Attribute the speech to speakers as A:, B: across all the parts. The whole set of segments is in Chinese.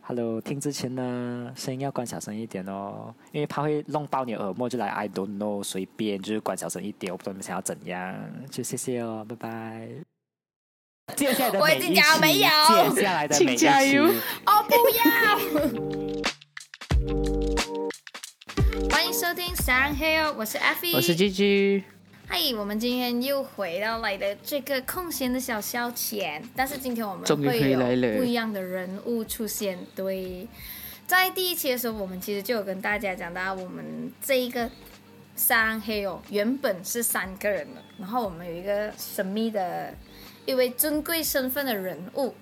A: Hello，听之前呢，声音要关小声一点哦，因为怕会弄爆你耳膜，就来 I don't know，随便就是关小声一点，我不知道你们想要怎样，就谢谢哦，拜拜。接下来的
B: 我
A: 每
B: 已
A: 一
B: 经
A: 期，
B: 讲了没有
A: 接下来的每一
C: 请加油
A: 期，
B: 哦，不要！ 欢迎收听《Sarang Hill》，我是 Effie，
C: 我是 G G，
B: 嗨，我们今天又回到来的这个空闲的小消遣，但是今天我们
C: 终于
B: 会有
C: 回来了
B: 不一样的人物出现。对，在第一期的时候，我们其实就有跟大家讲到，我们这一个三黑哦，原本是三个人的，然后我们有一个神秘的、一位尊贵身份的人物。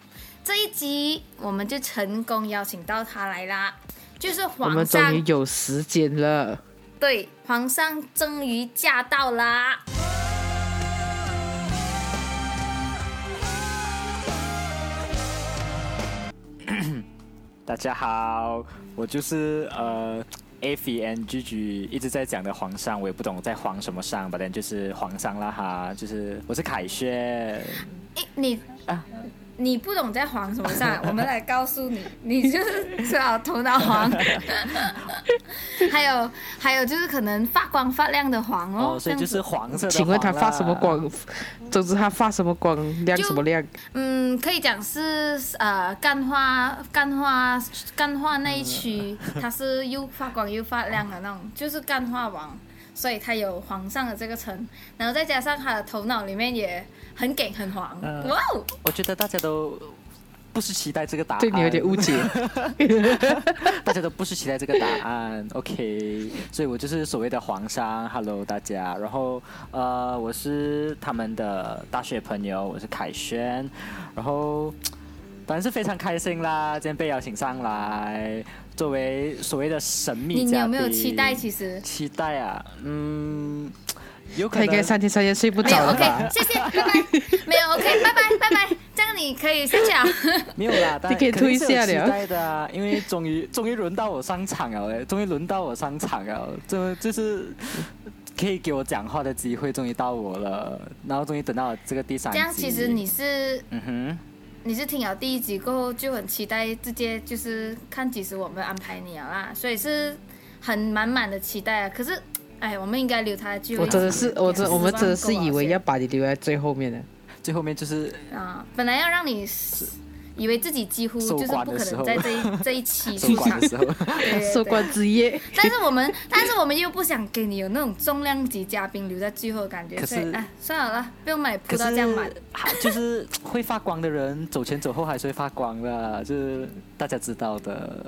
B: 这一集我们就成功邀请到他来啦，就是
C: 我
B: 皇
C: 们终
B: 上
C: 于有时间了。
B: 对，皇上终于驾到啦！
A: 大家好，我就是呃 a f i and Gigi 一直在讲的皇上，我也不懂在皇什么上，反正就是皇上啦哈，就是我是凯旋。
B: 诶，你
A: 啊
B: 你不懂在黄什么 上，我们来告诉你，你就是最好头 脑黄。还有还有就是可能发光发亮的黄哦，
A: 哦，所以就
B: 这样子
A: 是黄色的。
C: 请问他发什么？光？总之他发什么光，亮
B: 就
C: 什么亮？
B: 嗯，可以讲是呃干花干花干花那一区，
A: 嗯
B: 它是又发光又发亮的那种，就是干花王。所以它有皇上的这个称，然后再加上他的头脑里面也很给很黄，
A: 嗯
B: 哇哦！
A: 我觉得大家都不是期待这个答案，
C: 对你有点误解。
A: 大家都不是期待这个答案，OK，所以我就是所谓的皇上，Hello 大家，然后呃，我是他们的大学朋友，我是凯旋，然后当然是非常开心啦，今天被邀请上来，作为所谓的神
B: 你
A: 秘
B: 你
A: 嘉宾，
B: 有没有期待？其实
A: 期待啊，嗯，有可
C: 他
A: 能
C: 应该三天三夜睡不
B: 没有
C: 着了
B: OK，
C: 吧？
B: 谢谢，拜拜。没有 OK，拜拜拜拜，这样你可以下去了。
A: 没有 啦，但
C: 你可以
A: 肯定
C: 推
A: 是
C: 下
A: 有期
C: 了
A: 待的啊，因为终于终于轮到我上场了嘞，终于轮到我上场了，这就是可以给我讲话的机会终于到我了，然后终于等到这个第三
B: 这
A: 集。
B: 样其实你是
A: 嗯哼，
B: 你是听了第一集过后就很期待，直接就是看几时我们安排你了啦，所以是很满满的期待啊。可是，哎，我们应该留他的机会。
C: 我真的是，我真我们真的是以为要
B: 要
C: 把你留在最后面的。
A: 最后面就是
B: 啊，本来要让你以为自己几乎就是不可能在这一这 一期
A: 收
B: 出
A: 官
B: 场
A: 的，时 候，
B: 对对对
C: 收官之夜，
B: 但是我们， 但是我们又不想给你有那种重量级嘉宾留在最后的感觉，
A: 可是
B: 所以哎，算了啦，不用买
A: 可
B: 葡萄
A: 是
B: 酱满。哦
A: 还就是会发光的人走前走后还是会发光的，就是大家知道的。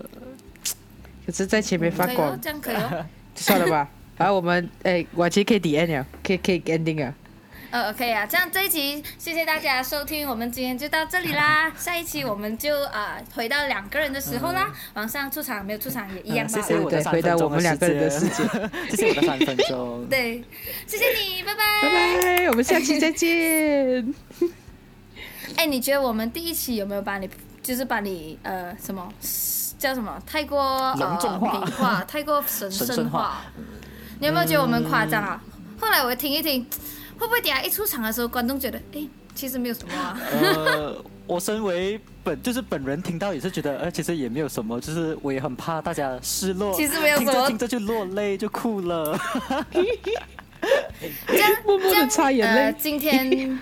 C: 可是在前面发
B: 可以哦
C: 光，，
B: 这样可以哦。
C: 算了吧。然后我们哎，我其实可以 D N 了，可以可以 ending 了。
B: 呃，可以啊，这样这一集谢谢大家的收听，我们今天就到这 里啦。下一期我们就啊、呃回到两个人的时候啦，网上出场没有出场也一样
A: 嗯
B: 吧。
A: 谢谢我的
C: 对
A: 三
C: 回
A: 分
C: 到
A: 钟
C: 我们两个人的世界。
A: 谢谢我的三分钟。
B: 对，谢谢你，拜拜。
C: 拜。拜，我们下期再见。
B: 哎，你觉得我们第一期有没有把你，就是把你呃什么叫什么太过
A: 隆重化
B: 呃、美化，太过神
A: 神
B: 圣
A: 圣化嗯
B: 你有没有觉得我们夸张啊？后来我听一听，会不会等一下一出场的时候，观众觉得哎，其实没有什么啊？
A: 呃，我身为本就是本人听到也是觉得，呃，其实也没有什么，就是我也很怕大家失落，
B: 其实没有
A: 听着
B: 什么
A: 听着就落泪就哭了。
B: 这 样
C: 默默
B: 这
C: 的
B: 样
C: 擦眼
B: 呃，
C: 泪。
B: 今 天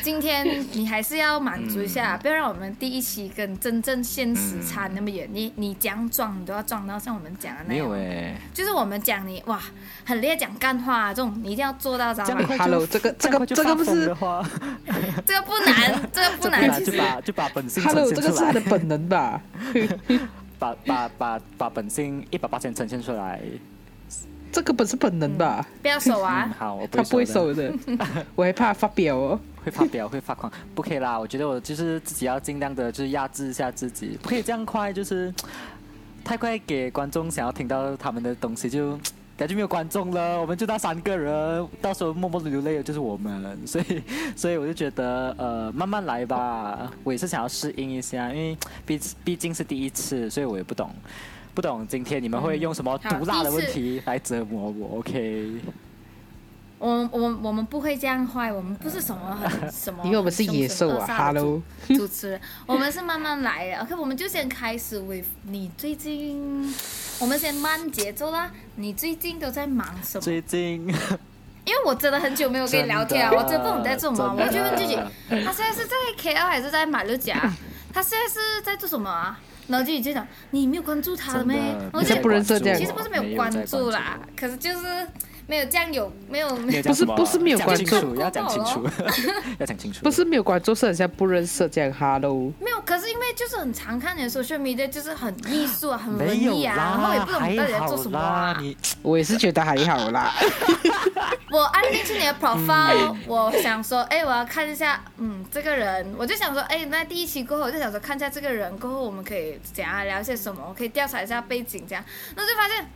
B: 今天你还是要满足一
A: 嗯
B: 下，不要让我们第一期跟真正现实差那么远。你你讲撞，你都要撞到像我们讲的那样。
A: 哎、
C: 欸
B: 就是我们讲你哇，很厉害讲干话、啊、这种，你一定要做到，知道
A: 啊这样
B: 吗？
A: 快就
C: Hello，这个这
A: 样
C: 个
A: 快就
C: 这个
A: 发
C: 不
A: 疯
C: 是
A: 的话，
B: 这个不难，这个不
A: 对
B: 难，
A: 啦
B: 其
A: 就
B: 实
A: 把就把本性呈
C: Hello，
A: 现
C: 呃这个是
A: 出
C: 他的
A: 来，
C: 本能吧？
A: 把把把把本性一百八千呈现出来。
C: 这个本是本能吧？
B: 不要手
A: 嗯，
B: 啊。
A: 好，我不
C: 他
A: 会
C: 不会
A: 收的
C: 收的，我还怕发表哦。
A: 会发飙，会发狂，不可以啦！我觉得我就是自己要尽量的，就是压制一下自己，不可以这样快，就是太快给观众想要听到他们的东西就。感觉没有观众了，我们就那三个人，到时候默默的流泪的就是我们，所以，所以我就觉得，呃，慢慢来吧。我也是想要适应一下，因为毕毕竟是第一次，所以我也不懂，不懂今天你们会用什么
B: 嗯好
A: 毒辣的
B: 第一
A: 问
B: 次
A: 题来折磨我。OK，
B: 我们我们我们不会这样坏，我们不是什么很什么，
C: 因为我们是野兽啊，Hello，
B: 主持人，我们是慢慢来的。OK，我们就先开始 with 你最近，我们先慢节奏啦。你最近都在忙什么？
A: 最近
B: 因为我真的很久没有跟你聊天啊，
A: 真
B: 我
A: 的
B: 真不懂在做什么。
A: 真的
B: 我就问自己，他现在是在 KL 还是在马六甲？啊他现在是在做什么啊？然后就就讲你啊没有关注他了咩？
A: 真的
B: 然后
C: 你这
B: 就
C: 不认识这样
B: 其实不是没有关注啦，可是就是没有这样有没有 没
A: 没有
B: 有
A: 讲什么
C: 不是不是没有
A: 讲
C: 关
A: 清
C: 注
A: 楚要讲清楚， 要讲清楚，
C: 不是没有关注，是很像不认识这样，Hello。
B: 没有，可是因为就是很常看你的 social media，就是很艺术啊，很文
A: 没有
B: 艺啊，然后也
A: 啦，
B: 不懂你到底
A: 还
B: 在
A: 好
B: 做什么
A: 啦
B: 啊，。
A: 你
C: 我也是觉得还好啦，
B: 我按进去你
A: 嗯
B: 的 profile，、我想说，哎，我要看一下，嗯，这个人，我就想说，哎，那第一期过后，我就想说看一下这个人，过后我们可以怎样聊些什么，我可以调查一下背景，这样，那就发现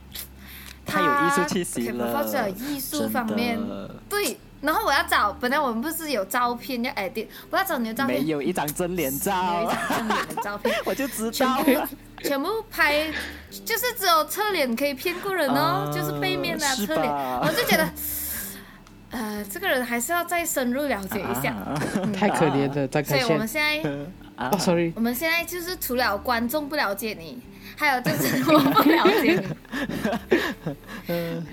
A: 太有艺术气息了
B: 他 profile 只有艺术方面
A: 真的，
B: 对。然后我要找，本来我们不是有照片要 edit，我要找你的照片，
A: 没有一张真脸
B: 没有一
A: 照，啊
B: 张正脸的照片，
A: 我就知
B: 全
A: 道啊
B: 部
A: 了。
B: 全部拍，就是只有侧脸可以骗过人哦，
A: 啊
B: 就是背面啊
A: 是
B: 侧
A: 吧
B: 脸，我就觉得，呃，这个人还是要再深入了解一下。
A: 啊
C: 太可怜了，张
B: 所
C: 凯
B: 以我们
C: 旋。
B: 现在，
A: 啊
C: 哦，sorry，
B: 我们现在就是除了观众不了解你，还有就是 我不了解你。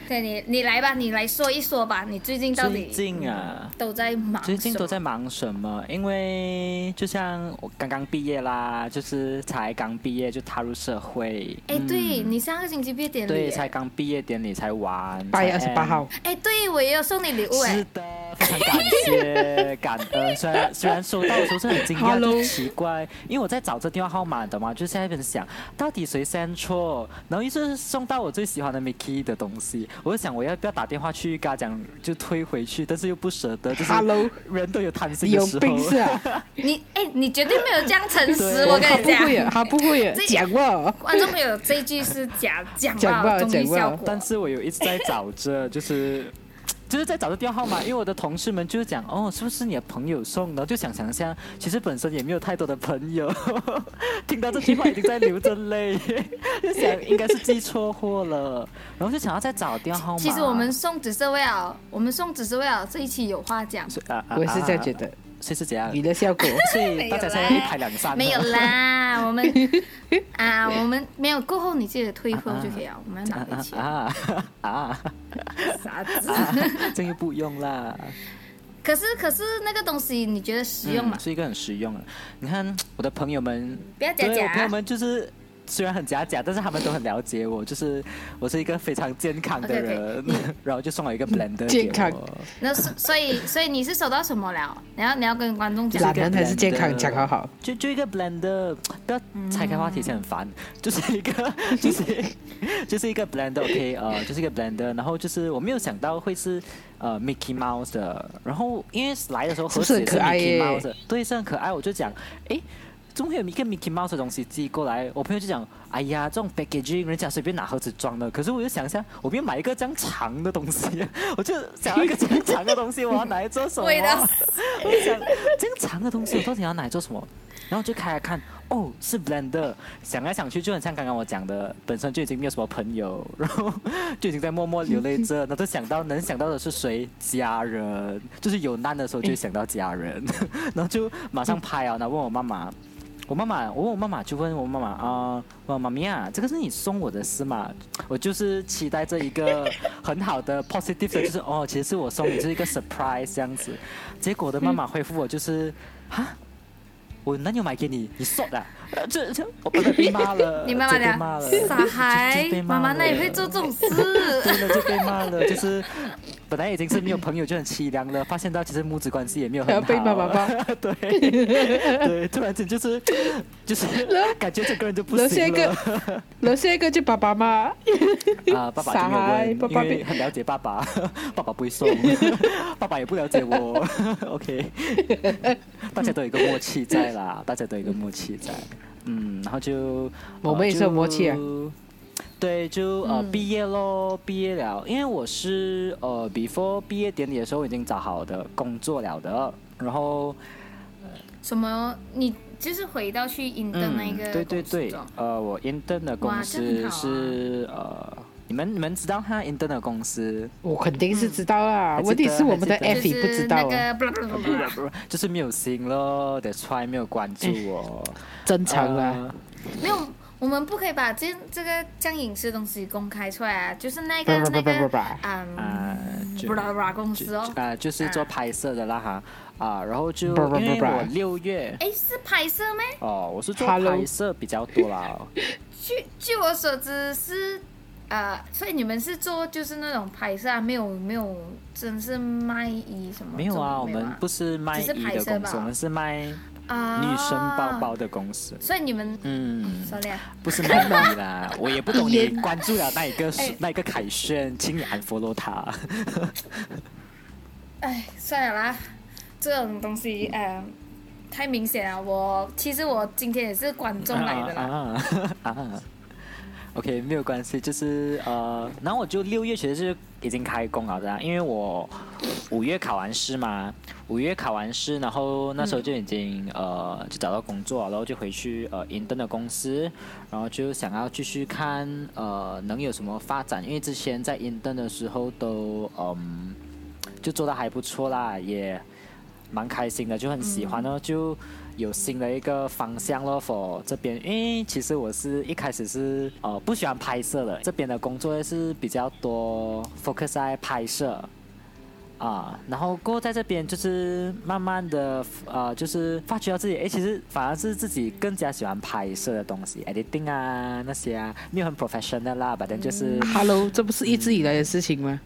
B: 对你，你来吧，你来说一说吧，你最近到
A: 最
B: 底
A: 近啊，
B: 都在忙什么？
A: 最近都在忙什么？因为就像我刚刚毕业啦，就是才刚毕业就踏入社会。
B: 哎，对你上个星期毕业典礼
A: 嗯对，，才刚毕业典礼才玩。
C: 八月
A: 才
C: 二十八号，
B: 哎，对我也有送你礼物哎
A: 是。的，非常感谢感恩。虽然虽然收到的时候是很惊讶，
C: Hello
A: 就奇怪，因为我在找这电话号码，你懂吗？就现在一边想，到底谁 send 错？然后一直送到我最喜欢的 Mickey 的东西，我就想我要不要打电话去跟他讲，就退回去，但是又不舍得，就是
C: Hello
A: 人都有贪心的
C: 有
A: 时候
C: 病。是 啊？
B: 你哎、你绝对没有这样诚实，
A: 对
B: 我跟
C: 他
B: 你
C: 不
B: 讲。
C: 会啊，他不 会啊
B: 这，
C: 讲哇，
B: 观众朋友，这一句是 假讲
C: 讲
B: 到
C: 吧
B: 综艺
C: 讲吧
B: 效果
A: 但。是我有一直在找着，就是。就是在找着电话号码，因为我的同事们就是讲，哦，是不是你的朋友送的？然后就想想一下，其实本身也没有太多的朋友。听到这句话已经在流着泪，就想应该是寄错货了，然后就想要再找电话号码。
B: 其实我们送只是为了，我们送只是为了这一期有话讲，
A: 所以，啊啊
C: 我也是这样觉
A: 啊
C: 得。
A: 啊所以是怎样
C: 你？的 效果，
A: 所以大家才会一拍两散。
B: 没有啦，我们 啊，我们没有过后你记得退货就可以了，我们要拿回去。
A: 啊啊啊！
B: 傻子。
A: 这个不用啦。
B: 可是可是那个东西你觉得实用吗
A: 嗯？是一个很实用的。你看我的朋友们，
B: 不要假
A: 对我朋友
B: 假。
A: 们就是虽然很假假，但是他们都很了解我，就是我是一个非常健康的
B: OK，OK，
A: 人，然后就送了一个 blender
C: 健康
A: 给我
B: 那所所以所以你是收到什么了？你要你要跟观众讲。
C: 懒人还是健康，讲好好。
A: 就就一个 blender，不要拆开话题先很烦，就是一个就是就是一个 blender，OK，、呃，就是一个 blender，然后就是我没有想到会是呃 Mickey Mouse 的，然后因为来的时候
C: 是
A: 盒
C: 不是
A: 子
C: 很
A: 也是
C: 可爱
A: Mickey
C: 耶
A: Mouse，的对，是很可爱，我就讲，诶，怎么会有一个 Mickey Mouse 的东西寄过来？我朋友就讲，哎呀，这种 packaging 人家随便拿盒子装的。可是我就想一下，我没有买一个这样长的东西， 我就想要一个这样长的东西，我要拿来做什么？
B: 为了，
A: 我就想这样长的东西我到底要拿来做什么？然后就开来看，哦，是 Blender。想来想去，就很像刚刚我讲的，本身就已经没有什么朋友，然后就已经在默默流泪着。那就想到能想到的是谁？家人，就是有难的时候就会想到家人， 然后就马上拍啊，然后问我妈妈。我妈妈，我问我妈妈，就问我妈妈啊，我妈咪啊，这个是你送我的是吗？我就是期待这一个很好的 positive 的，就是哦，其实是我送你，这是一个 surprise 这样子。结果我的妈妈回复我就是，哈，我男友买给你，你送的啊、呃这这我被骂了
B: 你妈妈
A: 就被
B: 讲
A: 骂了，，
B: 傻
A: 就
B: 孩
A: 就被，骂
B: 妈
A: 了
B: 妈那也会做这种事。
A: 真的就被骂 了，就是本来已经是没有朋友就很凄凉了，发现到其实母子关系也没有
C: 还
A: 很
C: 要
A: 好，啊
C: 被骂爸爸，
A: 对对，突然间就是就是感觉整个人就不
C: 然后下一
A: 行
C: 个
A: 了，
C: 然后下一个就爸爸妈妈，
A: 啊！爸爸就没有
C: 傻孩
A: 问，
C: 爸爸
A: 因为
C: 被
A: 很了解爸爸， 爸爸不会 送，爸爸也不了解我。OK，大家都有一个默契在啦，大家都有一个默契在。嗯，然后就
C: 我们也是有默契啊。
A: 呃就对，就呃、
B: 嗯
A: 毕业咯，毕业了。因为我是呃 before 毕业典礼的时候已经找好的工作了的，然后
B: 什么？你就是回到
A: 嗯
B: 去 i 的那一个、
A: 对对对，呃，我 intern 的公
B: 哇这很
A: 司是、
B: 好啊
A: 呃你们你们知道他 intern 的公司，
C: 我肯定是知道啦。
A: 还记得
C: 问题是我们的
A: 还
C: F
B: 嗯就
C: y 不
B: 是
C: 知
B: 那
C: 道啊，
B: 个 blah blah blah blah
A: 就是没有心咯，That's why 没有关注
C: 哎
A: 我。
C: 正常啊
A: 啊
C: 啦。
B: 没有，我们不可以把这这个这样隐私的东西公开出来啊，就是那个那个
A: 呃，啊
B: 嗯，
A: 就
B: 布拉布拉公司
A: 就
B: 哦，
A: 啊，就是做拍摄的啦哈啊，然后就
C: 不不不
A: 因为
C: 不
A: 我六月
B: 哎，是拍摄咩？
A: 哦，我是做
C: Hello
A: 拍摄比较多 啦。
B: 据据我所知是，呃，所以你们是做就是那种拍摄啊，没有没有，真是卖艺什么？
A: 没有啊，我
B: 这种没有
A: 们不是卖
B: 只是
A: 衣
B: 拍
A: 的
B: 摄
A: 公司，
B: 吧
A: 我们是卖
B: 啊，
A: 女生包包的公司。
B: 所以你们
A: 嗯，
B: ，sorry 啊，
A: 不是卖你啦， 我也不懂你
C: 烟
A: 关注了那一个
B: 哎
A: 那一个凯旋，请你 unfollow 他。
B: 哎，算了啦，这种东西，呃，太明显了。我其实我今天也是观众来的啦，
A: 啊啊 啊 OK，没有关系，就是呃，然后我就六月其实是已经开工了的啊，因为我五月考完试嘛，五月考完试，然后那时候就已经、呃就找到工作了，然后就回去呃 intern 的公司，然后就想要继续看呃能有什么发展，因为之前在 intern 的时候都嗯、就做的还不错啦，也蛮开心的，就很喜欢哦，就有新的一个方向咯。for 呃这边，因为其实我是一开始是呃不喜欢拍摄的，这边的工作是比较多 focus 在拍摄啊，然后过后在这边就是慢慢的呃，就是发觉到自己，诶，其实反而是自己更加喜欢拍摄的东西，editing 啊那些啊，没有很 professional 啦，反正就是，
C: Hello，这不是一直以来的事 情吗？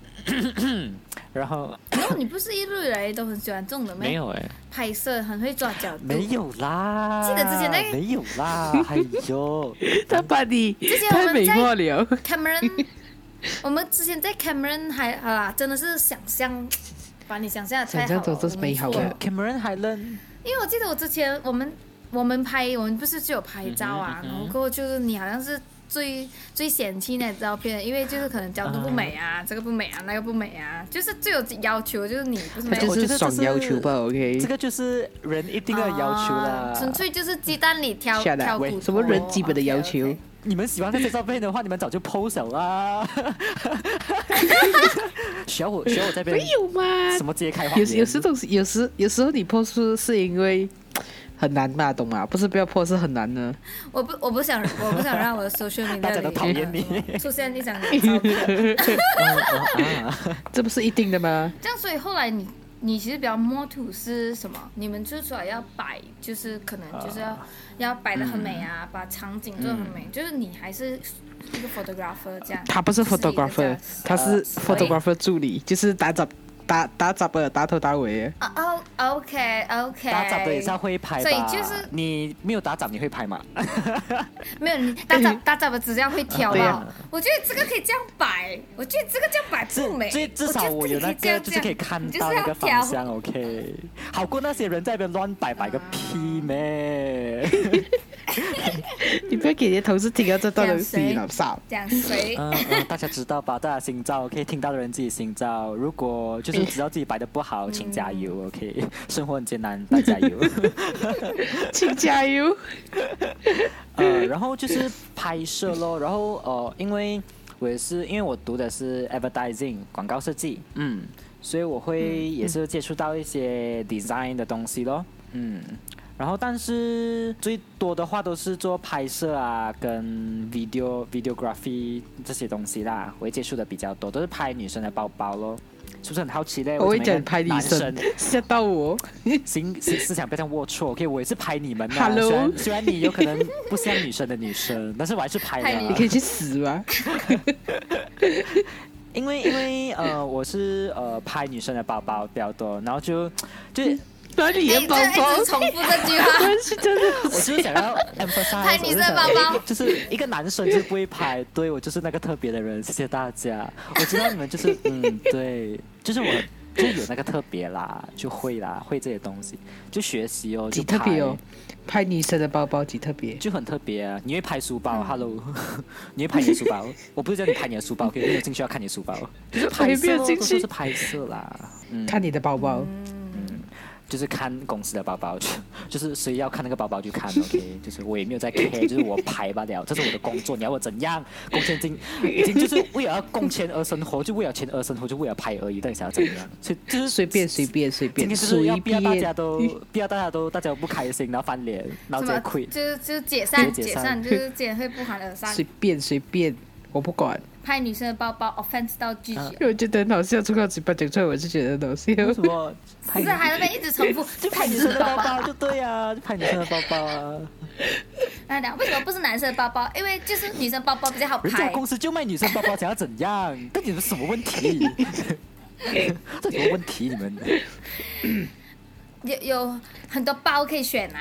A: 然后
C: 啊
B: 然后你不是一路以来都很喜欢这种的咩？
A: 有诶。
B: 拍摄很会抓角度，
A: 没有啦，
B: 记得之前那个
A: 没有 啦，哎呦，
C: 他把你
B: 前我
C: 太
B: 们
C: 美
B: 在
C: 化了。
B: Cameron，我 们之前在 Cameron 还好啦，真的是想象，把你想象的太好了，
C: 想象中都是美好的啊
B: 我们错了
A: Cameron Highland
B: 因为我记得我之前我们 我们拍，我们不是就有拍照啊，然后过后就是你好像是最最嫌弃那照片，因为就是可能角度不美啊，这个不美啊，那个不美啊，就是最有要求就是你不是
C: 他
B: 没有
C: 就
A: 我觉
C: 是
A: 得这
C: 爽
A: 是
C: 要求吧，OK？
A: 这个就是人一定要要求啦
B: 啊。纯粹就是鸡蛋里挑
C: Shut up，
B: 挑骨
C: 喂
B: 头，
C: 什么人基本的要求
B: 哦 OK，OK
A: 你们喜欢这些照片的话，你们早就 p o s 啦。需要我需要我这边
C: 没有嘛？
B: 啊
A: 什么揭开话
C: 有
A: 题？
C: 时有时东西，有时有时候你破是是因为很难嘛，懂吗？不是不要破，是很难的。
B: 我不我不想我不想让我的 social media
A: 大家都
B: 里
A: 讨厌你
B: 呃出现一张你的照片。
C: 这不是一定的吗？
B: 这样，所以后来你你其实比较 more to 是什么？你们就出来要摆，就是可能就是要、要摆的很美啊，把场景做得很美，就是你还是一个 photographer 这样。
C: 他不是
B: 就是一个这
C: photographer，
B: 样
C: 他是
B: 呃
C: photographer 助理，就是打杂打打杂的，打头打尾的。
B: 啊哦，OK OK，
A: 打杂的也是要会拍吧？
B: 所以就是
A: 你没有打杂，你会拍吗？
B: 没有你打杂打杂的只是要会挑
C: 对
B: 吧
C: 啊。
B: 我觉得这个可以这样摆，我觉得这个这样摆不美。
A: 至最至少我
B: 我
A: 有
B: 觉
A: 那
B: 得这
A: 个，
B: 个
A: 就是可以看到那
B: 那
A: 个方向，OK。好过那些人在那边乱摆摆个屁咩？
C: 你不要给你的同事听 到这段东
B: 这
C: 西，
B: 样哎
C: 老少。
B: 讲谁？
A: 嗯嗯，大家知道吧？大家心照，OK，听到的人自己心照。如果就是知道自己摆的不好，请加油，OK。生活很艰难，大家加油。
C: 请加油！
A: 呃，然后就是拍摄 咯，然后呃，因为我也是因为我读的是 advertising 广告设计，嗯，所以我会也是接触到一些
C: 嗯
A: design 的东西咯，嗯。然后，但是最多的话都是做拍摄啊，跟 video videography 这些东西啦，我会接触的比较多，都是拍女生的包包咯，是不是很好奇嘞？
C: 我会
A: 为什么一
C: 讲
A: 个
C: 拍女
A: 男
C: 生，吓到我。
A: 行行思想不要这样龌龊。OK，我也是拍你们的、
C: Hello
A: 虽然虽然你有可能不像女生的女生，但是我还是拍
B: 拍
A: 的
C: 你
A: 啊
C: 可。以去死吗？
A: 因为因为呃，我是呃拍女生的包包比较多，然后就就
C: 哪里
B: 哎，
C: 的
B: 这
C: 包
B: 一
C: 包
B: 直？重复这句话。
C: 但是 真的
A: 我就是想要 emphasize，
B: 拍女生包包
A: 我就是想就是一个男生就是不会拍，对我就是那个特别的人。谢谢大家，我知道你们就是嗯对，就是我就是有那个特别啦，就会啦，会这些东西，就学习哦，就
C: 几特别嗯
A: 拍
C: 哦，拍女生的包包几特别。
A: 就很特别啊！你会拍书
C: 嗯
A: 包、h e l l o 你会拍你的书包，我不是叫你拍你的书 包，可以没有进去要看你的书包，就是
C: 我
A: 拍
C: 也没
A: 摄
C: 有
A: 咯，
C: 进
A: 都
C: 去
A: 说是拍摄啦。嗯，
C: 看你的包包，
A: 就是看公司的包包， 就就是谁要看那个包包就看 ，OK，就是我也没有在 care，就是我排罢了，这是我的工作，你要我怎样？工钱经已经 就是为了要供钱而生活，就为了钱而生活，就为了拍而已，到底想要怎样？所以就是
C: 随便随便随
A: 今
C: 便，
A: 天就是要
C: 随
A: 逼到大家
C: 便。
A: 都逼到大家都大家都不开心，然后翻脸，然后
B: 什
A: 再
B: 么
A: quit。
B: 就就解散
A: 直接
B: 解
A: 解散
B: 散，就是姐会不欢而散，
C: 随便随便，我不管。
B: 拍女生的包包 offense 到拒
A: 啊
B: 绝，
C: 因为我觉得很好笑，从到嘴巴讲出来，我就觉得很好笑。
A: 为什么拍
B: 可
A: 女
B: 是还在那边一直重复
A: 就拍女生的包包就对啊，就拍女生的包包啊，
B: 那聊为什么不是男生的包包？因为就是女生包包比较好
A: 人家
B: 拍，
A: 公司就卖女生包包，想要怎样？到底有什么问题？这有什么问题？你们
B: 有有很多包可以选啊。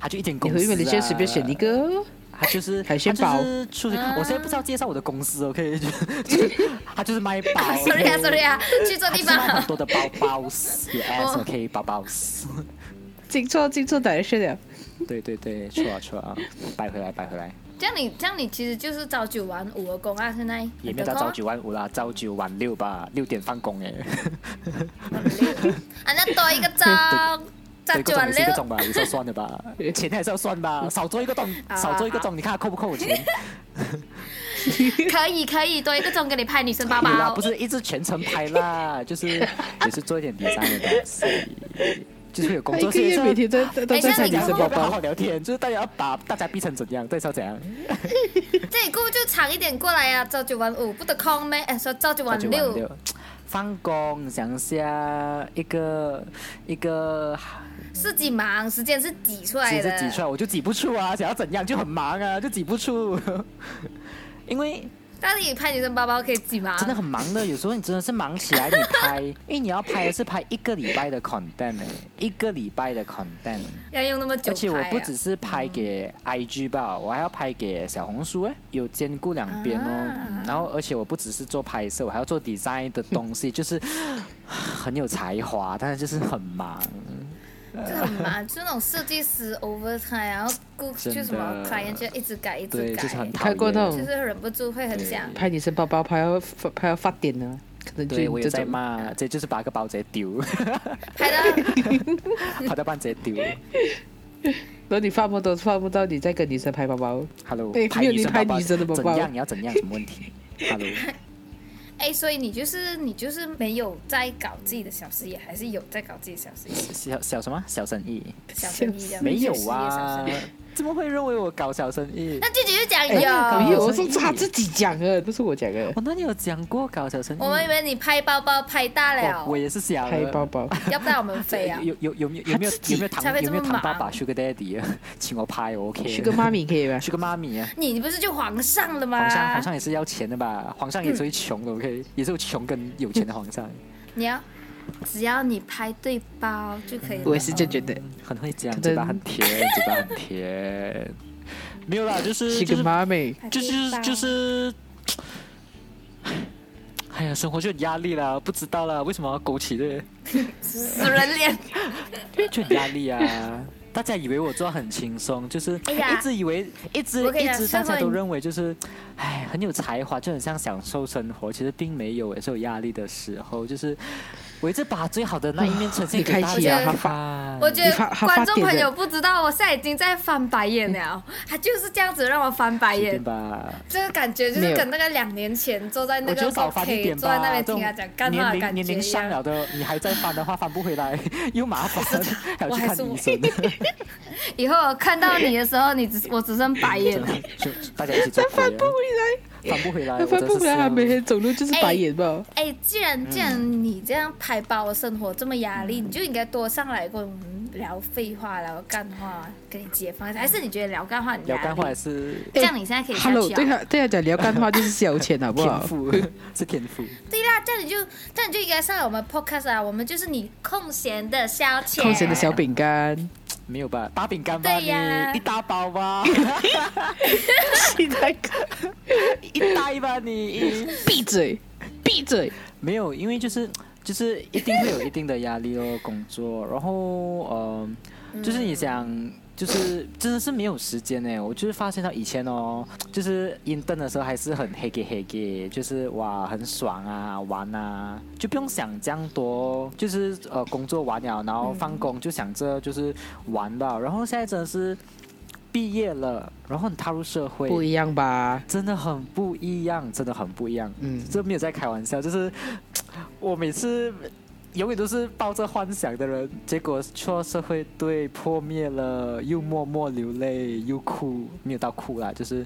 A: 他就一点
C: 你
A: 公司、
C: 回
A: 啊，
C: 马来西亚随便选一，个，
A: 他就是
C: 海鲜包
A: 他就是出去，我现在不知道介绍我的公司，OK，就就是他就是卖包
B: sorry 啊 sorry 啊，去错
A: 他
B: 地
A: 哦就是卖很
B: 方。
A: 多的包包，yes
B: 哦
A: OK 包包丝。
C: 进错进错哪里去了？
A: 对对对，错啊错啊，摆回来摆回来，
B: 这样你这样你其实就是朝九晚五的工啊，现在
A: 也没有到朝九晚五啦，朝九晚六吧，六点放工哎，
B: 啊，那多一个钟，朝
A: 对，一个
B: 九
A: 钟
B: 晚
A: 也是一个钟
B: 六。
A: 吧，也是要算的吧，钱还是要算吧，少做一个钟，
B: 啊
A: 少做一个钟，你看他扣不扣我钱？
B: 可以可以，多一个钟给你拍女生包
A: 有啦，
B: 包
A: 不。是一直全程拍啦，就是也是做一点 design 的东西，就是会有工
C: 他一
A: 作
C: 个
A: 室
C: 月
A: 也
C: 每
A: 是。
C: 天都都都
B: 哎这
C: 在
B: 样
C: 看
B: 你
C: 女
B: 看
C: 生
B: 会
C: 包
A: 好好
C: 包，
A: 聊天，就是大家要把大家逼成怎样，到底是要怎样？
B: 这里过就长一点过来啊，朝九晚五不得空咩？哎，说朝九
A: 朝
B: 晚
A: 九晚
B: 六
A: 六，哎放工想下一个一个
B: 是己忙，时间是挤出来
A: 其实
B: 的。
A: 挤出来我就挤不出啊，想要怎样就很忙啊，就挤不出。 因为
B: 但是你拍女生包包可以挤忙。
A: 真的很忙
B: 啊
A: 的，有时候你真的是忙起来，你 拍，因为你要拍的是拍一个礼拜的 content，欸一个礼拜的 content，
B: 要用那么久、啊，嗯
A: 而且我不只是拍给 IG 吧，我还要拍给小红书，哎，有兼顾两边哦。
B: 啊
A: 嗯然后而且我不只是做拍摄，我还要做 design 的东西，就是 很有才华，但是就是很忙。
B: 这很忙， 就那种设计师 overtime，然后顾
A: 真的
B: 就什么 client 就一直改一直
A: 对，
B: 改，
A: 就是很讨
C: 看过
A: 厌。
C: 那种
B: 就是忍不住会很想。
C: 拍女生包包拍到发拍到发癫呢，可能就
A: 对，我
C: 你
A: 也
C: 这
A: 在
C: 种。
A: 骂，这就是把个包直接丢，
B: 拍 到
A: 跑到半直接丢。
C: 然后你发不都发不到，你再跟女生拍包包，
A: Hello，
C: 哎
A: 拍
C: 没有
A: 女
C: 你
A: 生
C: 拍
A: 包包
C: 女生的包包
A: 怎样？你要怎样？什么问 题？Hello，
B: 哎，所以你就是你就是没有在搞自己的小事业，还是有在搞自己的小事业、
A: 小小什么小生意？
B: 小生意这样？
A: 没有
B: 小事
A: 啊
B: 业小生意，
A: 怎么会认为我搞小生意？
B: 那句姐就讲
A: 搞
C: 没
B: 有。
C: 有，哎是他自己讲的，不是我讲的。
A: 我哪里哦有讲过搞小生意？
B: 我们以为你拍包包拍大了
A: 哦我，我也 是想
C: 拍包包，
B: 要不然我们飞啊！
A: 有有有没有有没有
C: 他自己
A: 有没有
B: 才
A: 唐
B: 会
A: 有
B: 这
A: 没
B: 么
A: 有唐爸爸
B: 忙
A: Sugar Daddy 啊请我拍我 OK
C: 去个妈咪可以吗？
A: Sugar 妈咪啊，
B: 你你不是就皇上了吗？
A: 皇上皇上也是要钱的吧？皇上也是会穷的
C: 啊
A: OK，也是有穷跟有钱的皇上，
B: 你要只要你拍对包就可以了。
C: 我也是这样觉得。
A: 很会讲，
C: 可
A: 嘴
C: 能
A: 巴很甜，嘴巴很甜。没有啦，就是
C: 去
A: 就
C: 个
A: 是
C: 妈咪，
B: 拍
A: 就
B: 对
A: 是
B: 包
A: 就是，哎呀，生活就很压力啦，不知道啦，为什么要勾起这
B: 死人脸。
A: 个，就很压力啊。大家以为我做得很轻松，就是
B: 哎呀
A: 一直以为，一直
B: 我跟你
A: 一
B: 讲
A: 直
B: 社
A: 大
B: 会
A: 家都认为就是，哎，很有才华，就很像享受生活，其实并没有，也是有压力的时候，就是我一直把最好的那一面呈现
C: 你
A: 给
C: 开
A: 大
C: 启
A: 家
B: 啊
A: 看。
B: 我觉
C: 你
B: 得
C: 发他发
B: 观众
C: 癫的
B: 朋友不知道，我现在已经在翻白眼了，他就是这样子让我翻白
A: 对
B: 眼。
A: 吧？
B: 这个感觉就
C: 没
B: 是
C: 有
B: 跟那个两年前坐在那
A: 我觉
B: 个
A: 得少翻一
B: OK
A: 点
B: 坐在那
A: 吧，
B: 边
A: 这
B: 听
A: 种
B: 他讲干话的
A: 年龄
B: 感
A: 年
B: 觉
A: 龄
B: 一
A: 上
B: 样。
A: 了的，你还在翻的话，翻不回来， 又麻烦， 还要去
B: 我还
A: 看
B: 是
A: 医
B: 我
A: 生。
B: 以后我看到你的时候，你只我只剩白眼了。
A: 就大家一起做鬼
C: 翻不
A: 啊，
C: 回来，
A: 翻不回来，
C: 他
A: 我真的
C: 翻哎不回来，他每
A: 是
C: 天走路就是白眼吧。
B: 哎，既然既然你这样拍包生活这么压力，你就应该多上来跟我们聊废话、聊干话，跟你解放一下。还是你觉得聊干话很压
A: 聊
B: 力？
A: 干话也是
B: 这样你现在
A: 哎
B: 可以下
C: Hello，
B: 去
C: 对
B: 啊。
C: 他对他讲聊干话就是消遣，好 不
A: 天
C: 好？
A: 赋，是天赋。
B: 对啦，这样你就这样你就应该上来我们 podcast 啊，我们就是你空闲的消遣。
C: 空闲的小饼干，
A: 没有吧？大饼干吧，
B: 对呀
A: 你一大包吧，
C: 现在
A: 一袋吧你。
C: 闭嘴，闭嘴！
A: 没有，因为就是就是一定会有一定的压力哦，工作，然后呃，就是你想就是真的是没有时间欸呢。我就是发现到以前哦，就是阴灯的时候还是很黑给黑给，就是哇很爽啊玩啊，就不用想这样多，就是呃工作完了，然后放工就想着就是玩吧。然后现在真的是毕业了，然后你踏入社会，
C: 不一样吧？
A: 真的很不一样，真的很不一样。
C: 嗯
A: 这没有在开玩笑，就是我每次永远都是抱着幻想的人，结果出到社会对破灭了，又默默流泪，又哭，没有到哭啦，就是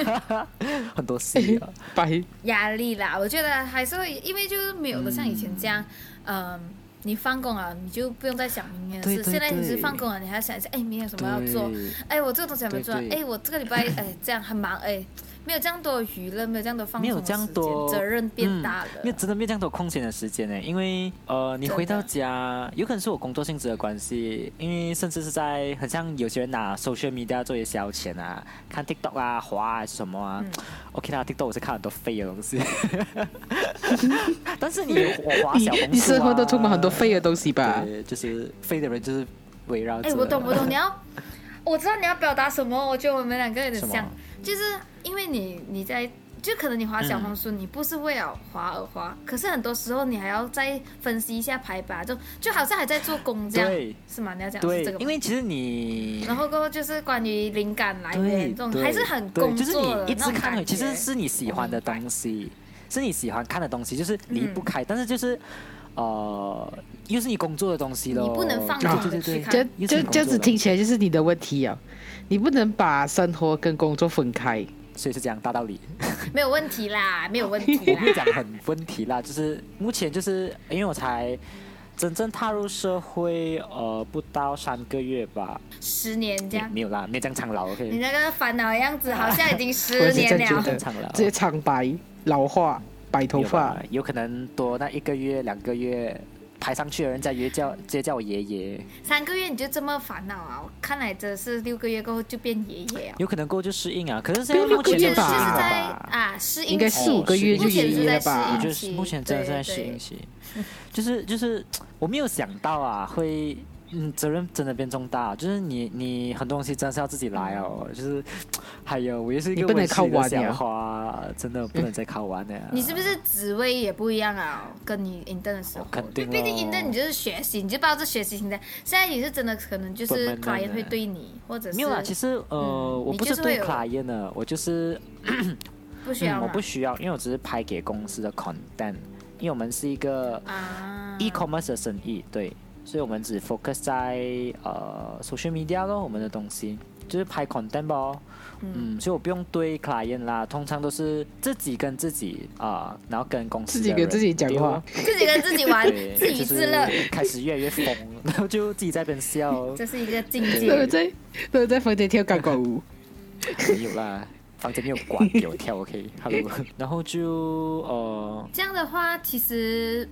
A: 很多戏 啊。
C: 哎白
B: 压力啦，我觉得还是会，因为就是没有了像以前这样，嗯、你放工了你就不用再想明天的事。
A: 对对
B: 现在你是
A: 对
B: 放工了，你还要想一下，哎，明天有什么要做？
A: 对，
B: 哎，我这个东西还没做，
A: 对对
B: 哎，我这个礼拜哎这样很忙，哎，没有这样多娱乐，没有这样多放
A: 没
B: 松
A: 有
B: 的
A: 这样
B: 时间
A: 多
B: 责任变
A: 嗯
B: 大了。
A: 没有真的没有这样多空闲的时间呢，因为呃，你
B: 真的
A: 回到家，有可能是我工作性质的关系，因为甚至是在很像有些人拿 social media 做一些消遣啊，看 TikTok 啊、滑啊还是什么啊。OK
B: 嗯
A: 啦，TikTok 我是看很多废的 东西，但是你我滑
C: 你
A: 小红书、啊、
C: 你生活都充满很多废的东西吧？
A: 对，就是废的人就是围绕着。
B: 哎，我懂，我懂，你要，我知道你要表达什么。我觉得我们两个有点
A: 什么
B: 像，就是因为你你在，就可能你滑小
A: 嗯
B: 红书，你不是为了滑而滑，可是很多时候你还要再分析一下排版，就就好像还在做工这
A: 对
B: 样，是吗？你要讲的是这
A: 对
B: 个，嗯
A: 因
B: 吗？
A: 为其实你
B: 然后过后就是关于灵感来源
A: 对，
B: 这种
A: 对
B: 还是很
A: 对
B: 工
A: 就是
B: 作的
A: 你一
B: 那
A: 直
B: 种
A: 看回，
B: 感
A: 其实
B: 觉。嗯
A: 是你喜欢的东西，是你喜欢看的东西，就是离不开，但是就是呃，又是你工作的东西咯，
B: 你不能放
A: 对对
B: 纵地
A: 对
B: 去
A: 对
B: 看
C: 这
A: 又是
C: 这
A: 你工
C: 这样
A: 作的
C: 子听起来就是你的问题啊！你不能把生活跟工作分开。
A: 所以是这样大道理。
B: 没有问题啦，没有问题
A: 我
B: 啦
A: 没。有讲 很问题啦，就是目前就是因为我才真正踏入社会，呃，不到三个月吧，
B: 十年这
A: 也
B: 样，
A: 没有啦，没有这样长老
B: 你
A: ，OK，
B: 那个烦恼的样子好像已经
C: 我
B: 十
C: 也是这
B: 年
C: 样
B: 了
C: 觉。得
A: 长老，
C: 这些苍白、老化、白头
A: 没有吧
C: 发，
A: 有可能多那一个月两个月。排上去的人家约叫直接叫我爷爷，
B: 三个月你就这么烦恼啊？我看来真的是六个月过后就变爷爷啊。
A: 有可能过后就适应啊。可是现在
C: 不用
A: 目
C: 六个
A: 前
B: 我觉
A: 就
B: 得
C: 月
A: 适
B: 就
A: 应
C: 吧
B: 是
A: 了
B: 在
A: 吧，
B: 啊适应
C: 应该
B: 期
C: 四五个
A: 哦
C: 月就
B: 目前
C: 爷
B: 是
C: 爷
B: 在
C: 了
A: 我
C: 吧
B: 适
A: 就
B: 应
A: 是
B: 期，
A: 目前真的是在
B: 对
A: 适应
B: 对
A: 期，就是就是我没有想到啊，会嗯责任真的变重大，就是你你很多东西真的是要自己来哦，就是还有我也是一
C: 你
A: 个
C: 不能
A: 温室
C: 靠
A: 的
C: 玩
A: 小
C: 呀
A: 花，真 的不啊能再靠玩了。
B: 你是不是职位也不一样啊？跟你 intern 的时候
A: 哦，肯定咯
B: 毕竟 intern 你就是学习，你就抱着学习心态。现在也是真的，可能就
A: 本
B: 是
A: 本本
B: client 会
A: 的
B: 对你，或者是
A: 没有啦？其实呃，
B: 嗯
A: 我
B: 你
A: 不
B: 就是是
A: 对
B: 会有
A: client 的，我就是
B: 不需
A: 嗯
B: 要
A: 我
B: 嘛
A: 不需要，因为我只是拍给公司的 content，因为我们是一个
B: 啊
A: e-commerce E 的生意，对，所以我们只 focus 在呃 social media 咯，我们的东西就是拍 content 咯，嗯所以我不用对 client 啦，通常都是自己跟自己啊、然后跟公司
C: 自己
A: 的
C: 跟
A: 人
C: 自己讲
A: 对
C: 话
A: 哦，
B: 自己跟自己 玩，
A: 对，
B: 自娱
A: 就是
B: 自乐，
A: 开始越来越疯，然后就自己在那边 笑，
B: 这是一个境
C: 都有
B: 界。
C: 在都有在房间跳钢管舞。
A: 没有啦。房间没有管给我跳，OK，Hello，、然 后就呃，
B: 这样的话，其实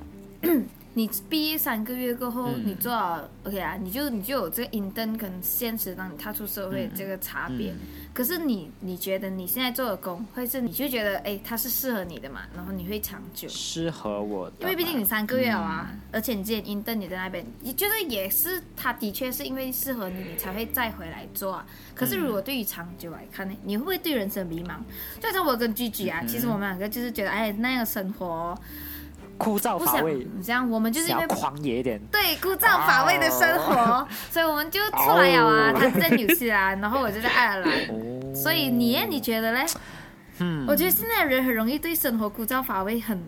B: 你毕业三个月过后，
A: 嗯
B: 你做好 OK 啊，你就你就有这个 intern 跟现实当你踏出社会这个差别。
A: 嗯
B: 可是你你觉得你现在做的工，会是你就觉得哎，它是适合你的嘛，然后你会长久。
A: 适合我的嘛，
B: 因为毕竟你三个月了啊，
A: 嗯
B: 而且你之前 intern 也在那边，你觉得也是，他的确是因为适合你，你才会再回来做、啊。可是如果对于长久来看呢，你会不会对人生迷茫？就像我跟居居
A: 嗯
B: 啊，其实我们两个就是觉得，哎，那样的生活
A: 嗯枯燥
B: 不
A: 乏
B: 想
A: 味，
B: 这样，我们就是因
A: 想
B: 为
A: 要狂野一点，
B: 对枯燥乏味的生活，所以我们就出来了啊。
A: 啊哦
B: 他在纽西啊 兰，然后我就在爱尔兰，
A: 哦，
B: 所以你耶你觉得嘞？
A: 嗯
B: 我觉得现在人很容易对生活枯燥乏味很，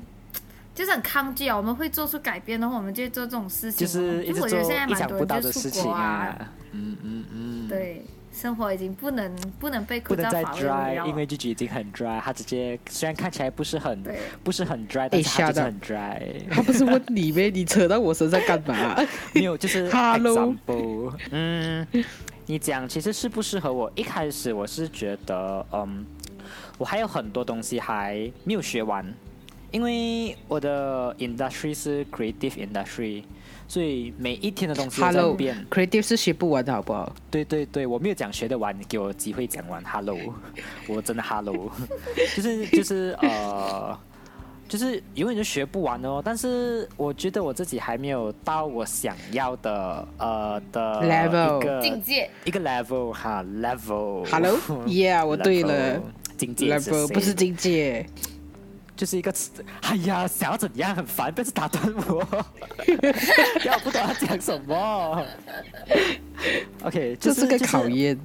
B: 就是很抗拒啊。我们会做出改变，然后我们就会做这种事情。
A: 就
B: 啊
A: 是一直
B: 我
A: 做
B: 觉得现在
A: 意
B: 蛮
A: 想
B: 多
A: 不到
B: 嗯人
A: 的
B: 就
A: 事
B: 出
A: 情
B: 国啊，
A: 啊。嗯嗯嗯，
B: 对，生活已经不能不能被
A: 不
B: 枯
A: 能
B: 燥
A: 再
B: 乏味围
A: dry，
B: 绕
A: 因为
B: 了。
A: 句句已经很 dry，他直接虽然看起来不是很
B: 对
A: 不是很
C: 哎
A: dry，但是他就是很 dry。
C: 他不是问你呗？你扯到我身上干 嘛？
A: 没有，就是
C: Hello
A: example，嗯，你讲其实适不适合我？一开始我是觉得，嗯，我还有很多东西还没有学完，因为我的 industry 是 creative industry，所以每一天的东西都在
C: Hello，
A: 变。
C: creative 是学不完的好不好？
A: 对对对，我没有讲学得完，你给我机会讲完。Hello，我真的 Hello，就是就是呃，就是永远都学不完的哦。但是我觉得我自己还没有到我想要的呃的
C: Level
A: 一个
D: 境界。
A: 一个 level 哈 level。
C: Hello，Yeah，我对了
A: level，境界是
C: ，level
A: 谁
C: 不是境界，
A: 就是一个，哎呀，想要怎样很烦，不要去打断 我，要不懂他讲什么。OK，就
C: 这
A: 是
C: 个考，
A: 就
C: 验。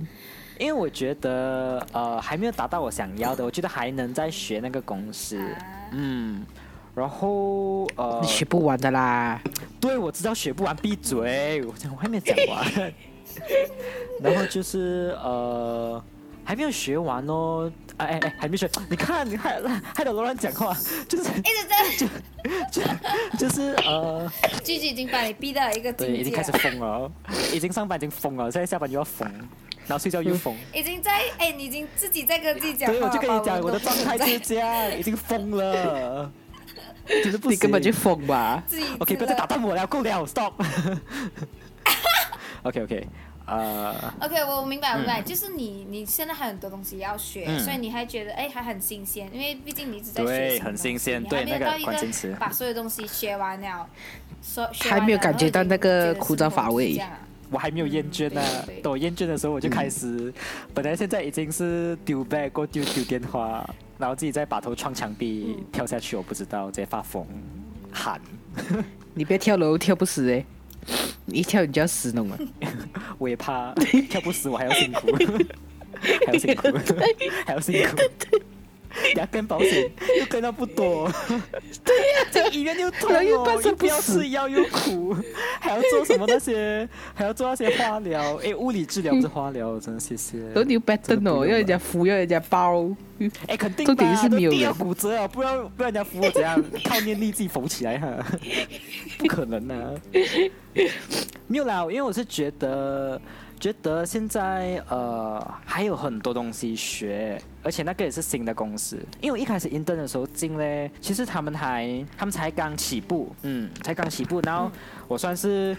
A: 因为我觉得呃还没有达到我想要的，我觉得还能再学那个公式，嗯，然后呃
C: 你，学不完的啦，
A: 对我知道学不完，闭嘴，我讲我还没有讲 完，然后就是呃。还没有学完哦，哎哎哎，还没学，你看你害害得罗兰讲话， 就是
B: 一直在
A: 就是呃，
B: 句句已经把你逼到一个
A: 对，
B: 境界了，
A: 已经开始疯了，已经上班已经疯了，现在下班又要疯，然后睡觉又疯。
B: 已经在哎，你已经自己在跟自己讲话
A: 对，
B: 了，
A: 我就跟 你
B: 把
A: 讲，我的
B: 都不
A: 状
B: 存
A: 态就
B: 在
A: 是这样，已经疯了，就是不
C: 你
A: 行。
C: 根本就疯吧？
B: 自己
A: OK，不要
B: 自
A: 再
B: 乐
A: 打断我了，够了，Stop。OK OK，呃，
B: OK，我明白，我明白，就是你你现在还有很多东西要学，
A: 嗯
B: 所以你还觉得哎还很新鲜，因为毕竟你一直在学
A: 对
B: 新的
A: 很
B: 东西
A: 新鲜
B: 你
A: 对
B: 还没有
A: 那个
B: 到一
A: 关键词
B: 把所有东西学完了，说学
C: 还
B: 完
C: 没有
B: 了
C: 感
B: 然后
C: 觉
B: 已
C: 到
B: 经
C: 那个
B: 觉得
C: 枯
B: 生活
C: 燥乏
B: 就是
C: 味
B: 这样啊
A: 我还没有厌倦呢、
B: 嗯对对
A: 等我厌倦的时候我就开始，本来现在已经是丢 bag 过丢丢电话，然后自己再把头撞墙壁、跳下去，我不知道，直接发疯喊。
C: 你别跳楼，跳不死哎、你一跳你就要死啊 弄了。
A: 我也怕跳不死，我还要辛苦，还要辛苦，还要辛苦。牙根保险又跟到不多，对呀、这医院又痛、
C: 然
A: 哦，
C: 后又半身
A: 又不
C: 不
A: 要
C: 死
A: 吃药又苦，还要做什么那些，还要做那些化疗，诶，物理治疗不是化疗，真的谢谢。
C: 然后你又 b a t
A: 真的不
C: 哦，
A: 用
C: 要人家扶，要人家包，
A: 哎，肯定
C: 重点
A: 吧
C: 是没有
A: 都地要
C: 人
A: 骨折啊，不然不然人家 扶我怎样？靠念力自己缝起来 哈、不可能啊！没有啦，因为我是觉得，觉得现在呃还有很多东西学，而且那个也是新的公司。因为我一开始 intern 的时候进嘞，其实他们还他们才刚起步，嗯，才刚起步，然后我算是。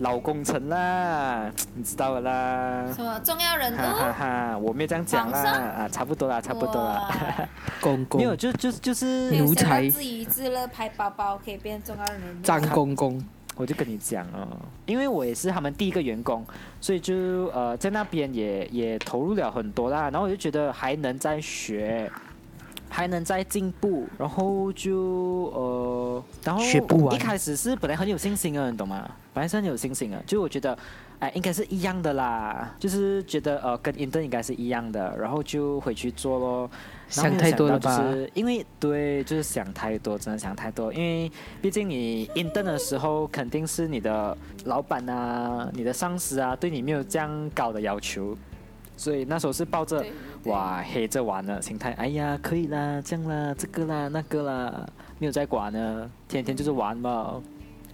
A: 老工程啦，你知道的啦。
B: 什么重要人
A: 哈哈
B: 物？
A: 哈，我没有这样讲啦，
B: 皇上
A: 啊，差不多啦，差不多啦，
C: 公
A: 没有，
C: 公
A: 就就就是
C: 牛
B: 没有哦想到
C: 才
B: 自娱自乐拍包包可以变重要人物，
C: 张公公，
A: 我就跟你讲哦，因为我也是他们第一个员工，所以就呃在那边也也投入了很多啦，然后我就觉得还能再学，还能再进步，然后就呃，然后
C: 学不完
A: 一开始是本来很有信心的，你懂吗？本来是很有信心的，就我觉得。哎，应该是一样的啦，就是觉得呃，跟 intern 应该是一样的，然后就回去做咯。然后
C: 想
A: 没有
C: 太多了吧
A: 到就是因为对，就是想太多，真的想太多。因为毕竟你 intern 的时候，肯定是你的老板啊、你的上司啊，对你没有这样高的要求，所以那时候是抱着
B: 对
A: 哇黑着玩的心态，哎呀可以啦，这样啦，这个啦，那个啦，没有在管呢，天天就是玩嘛，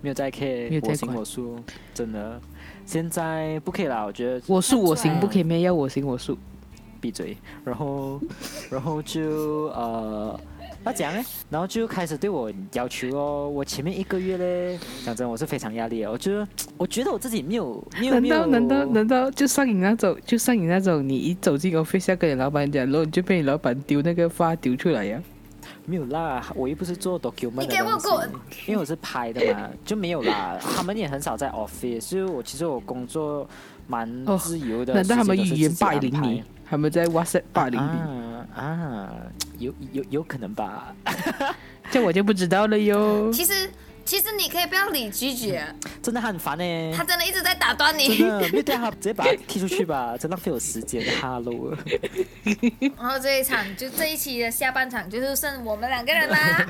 A: 没有在 care，
C: 没有在
A: 我行
C: 管
A: 我素，真的。现在不可以啦，我觉得
C: 我素我
B: 看出
C: 行，
B: 来
C: 不可以没有要我行我素。
A: 闭嘴，然后，然后就呃，那怎样呢？然后就开始对我要求哦，我前面一个月嘞，讲真，我是非常压力的，我就我觉得我自己没 有没有
C: 难
A: 没
C: 道
A: 有，
C: 难道难道就像你那种，就像你那种，你一走进 office 要跟你老板讲，然后你就被你老板丢那个发丢出来呀、
A: 没有啦，我又不是做 document
B: 你
A: 的
B: 给我
A: 东西
B: 滚，
A: 因为我是拍的嘛，就没有啦。他们也很少在 office，所以我其实我工作蛮
C: 哦
A: 自由的。
C: 难道他们
A: 时间啊
C: 语
A: 都是
C: 言
A: 自己
C: 霸
A: 安
C: 凌
A: 排
C: 你？？他们在 WhatsApp 霸凌你？
A: 哎啊啊，有有有可能吧。
C: 这我就不知道了哟。
B: 其实其实你可以不要理拒绝，
C: 嗯
A: 真的很烦呢、欸
B: 他真的一直在打断
A: 真
B: 你，
A: 的，没有对他直接把他 踢出去吧，真浪费我时间。哈喽，
B: 然后这一场就这一期的下半场就是剩我们两个人啦。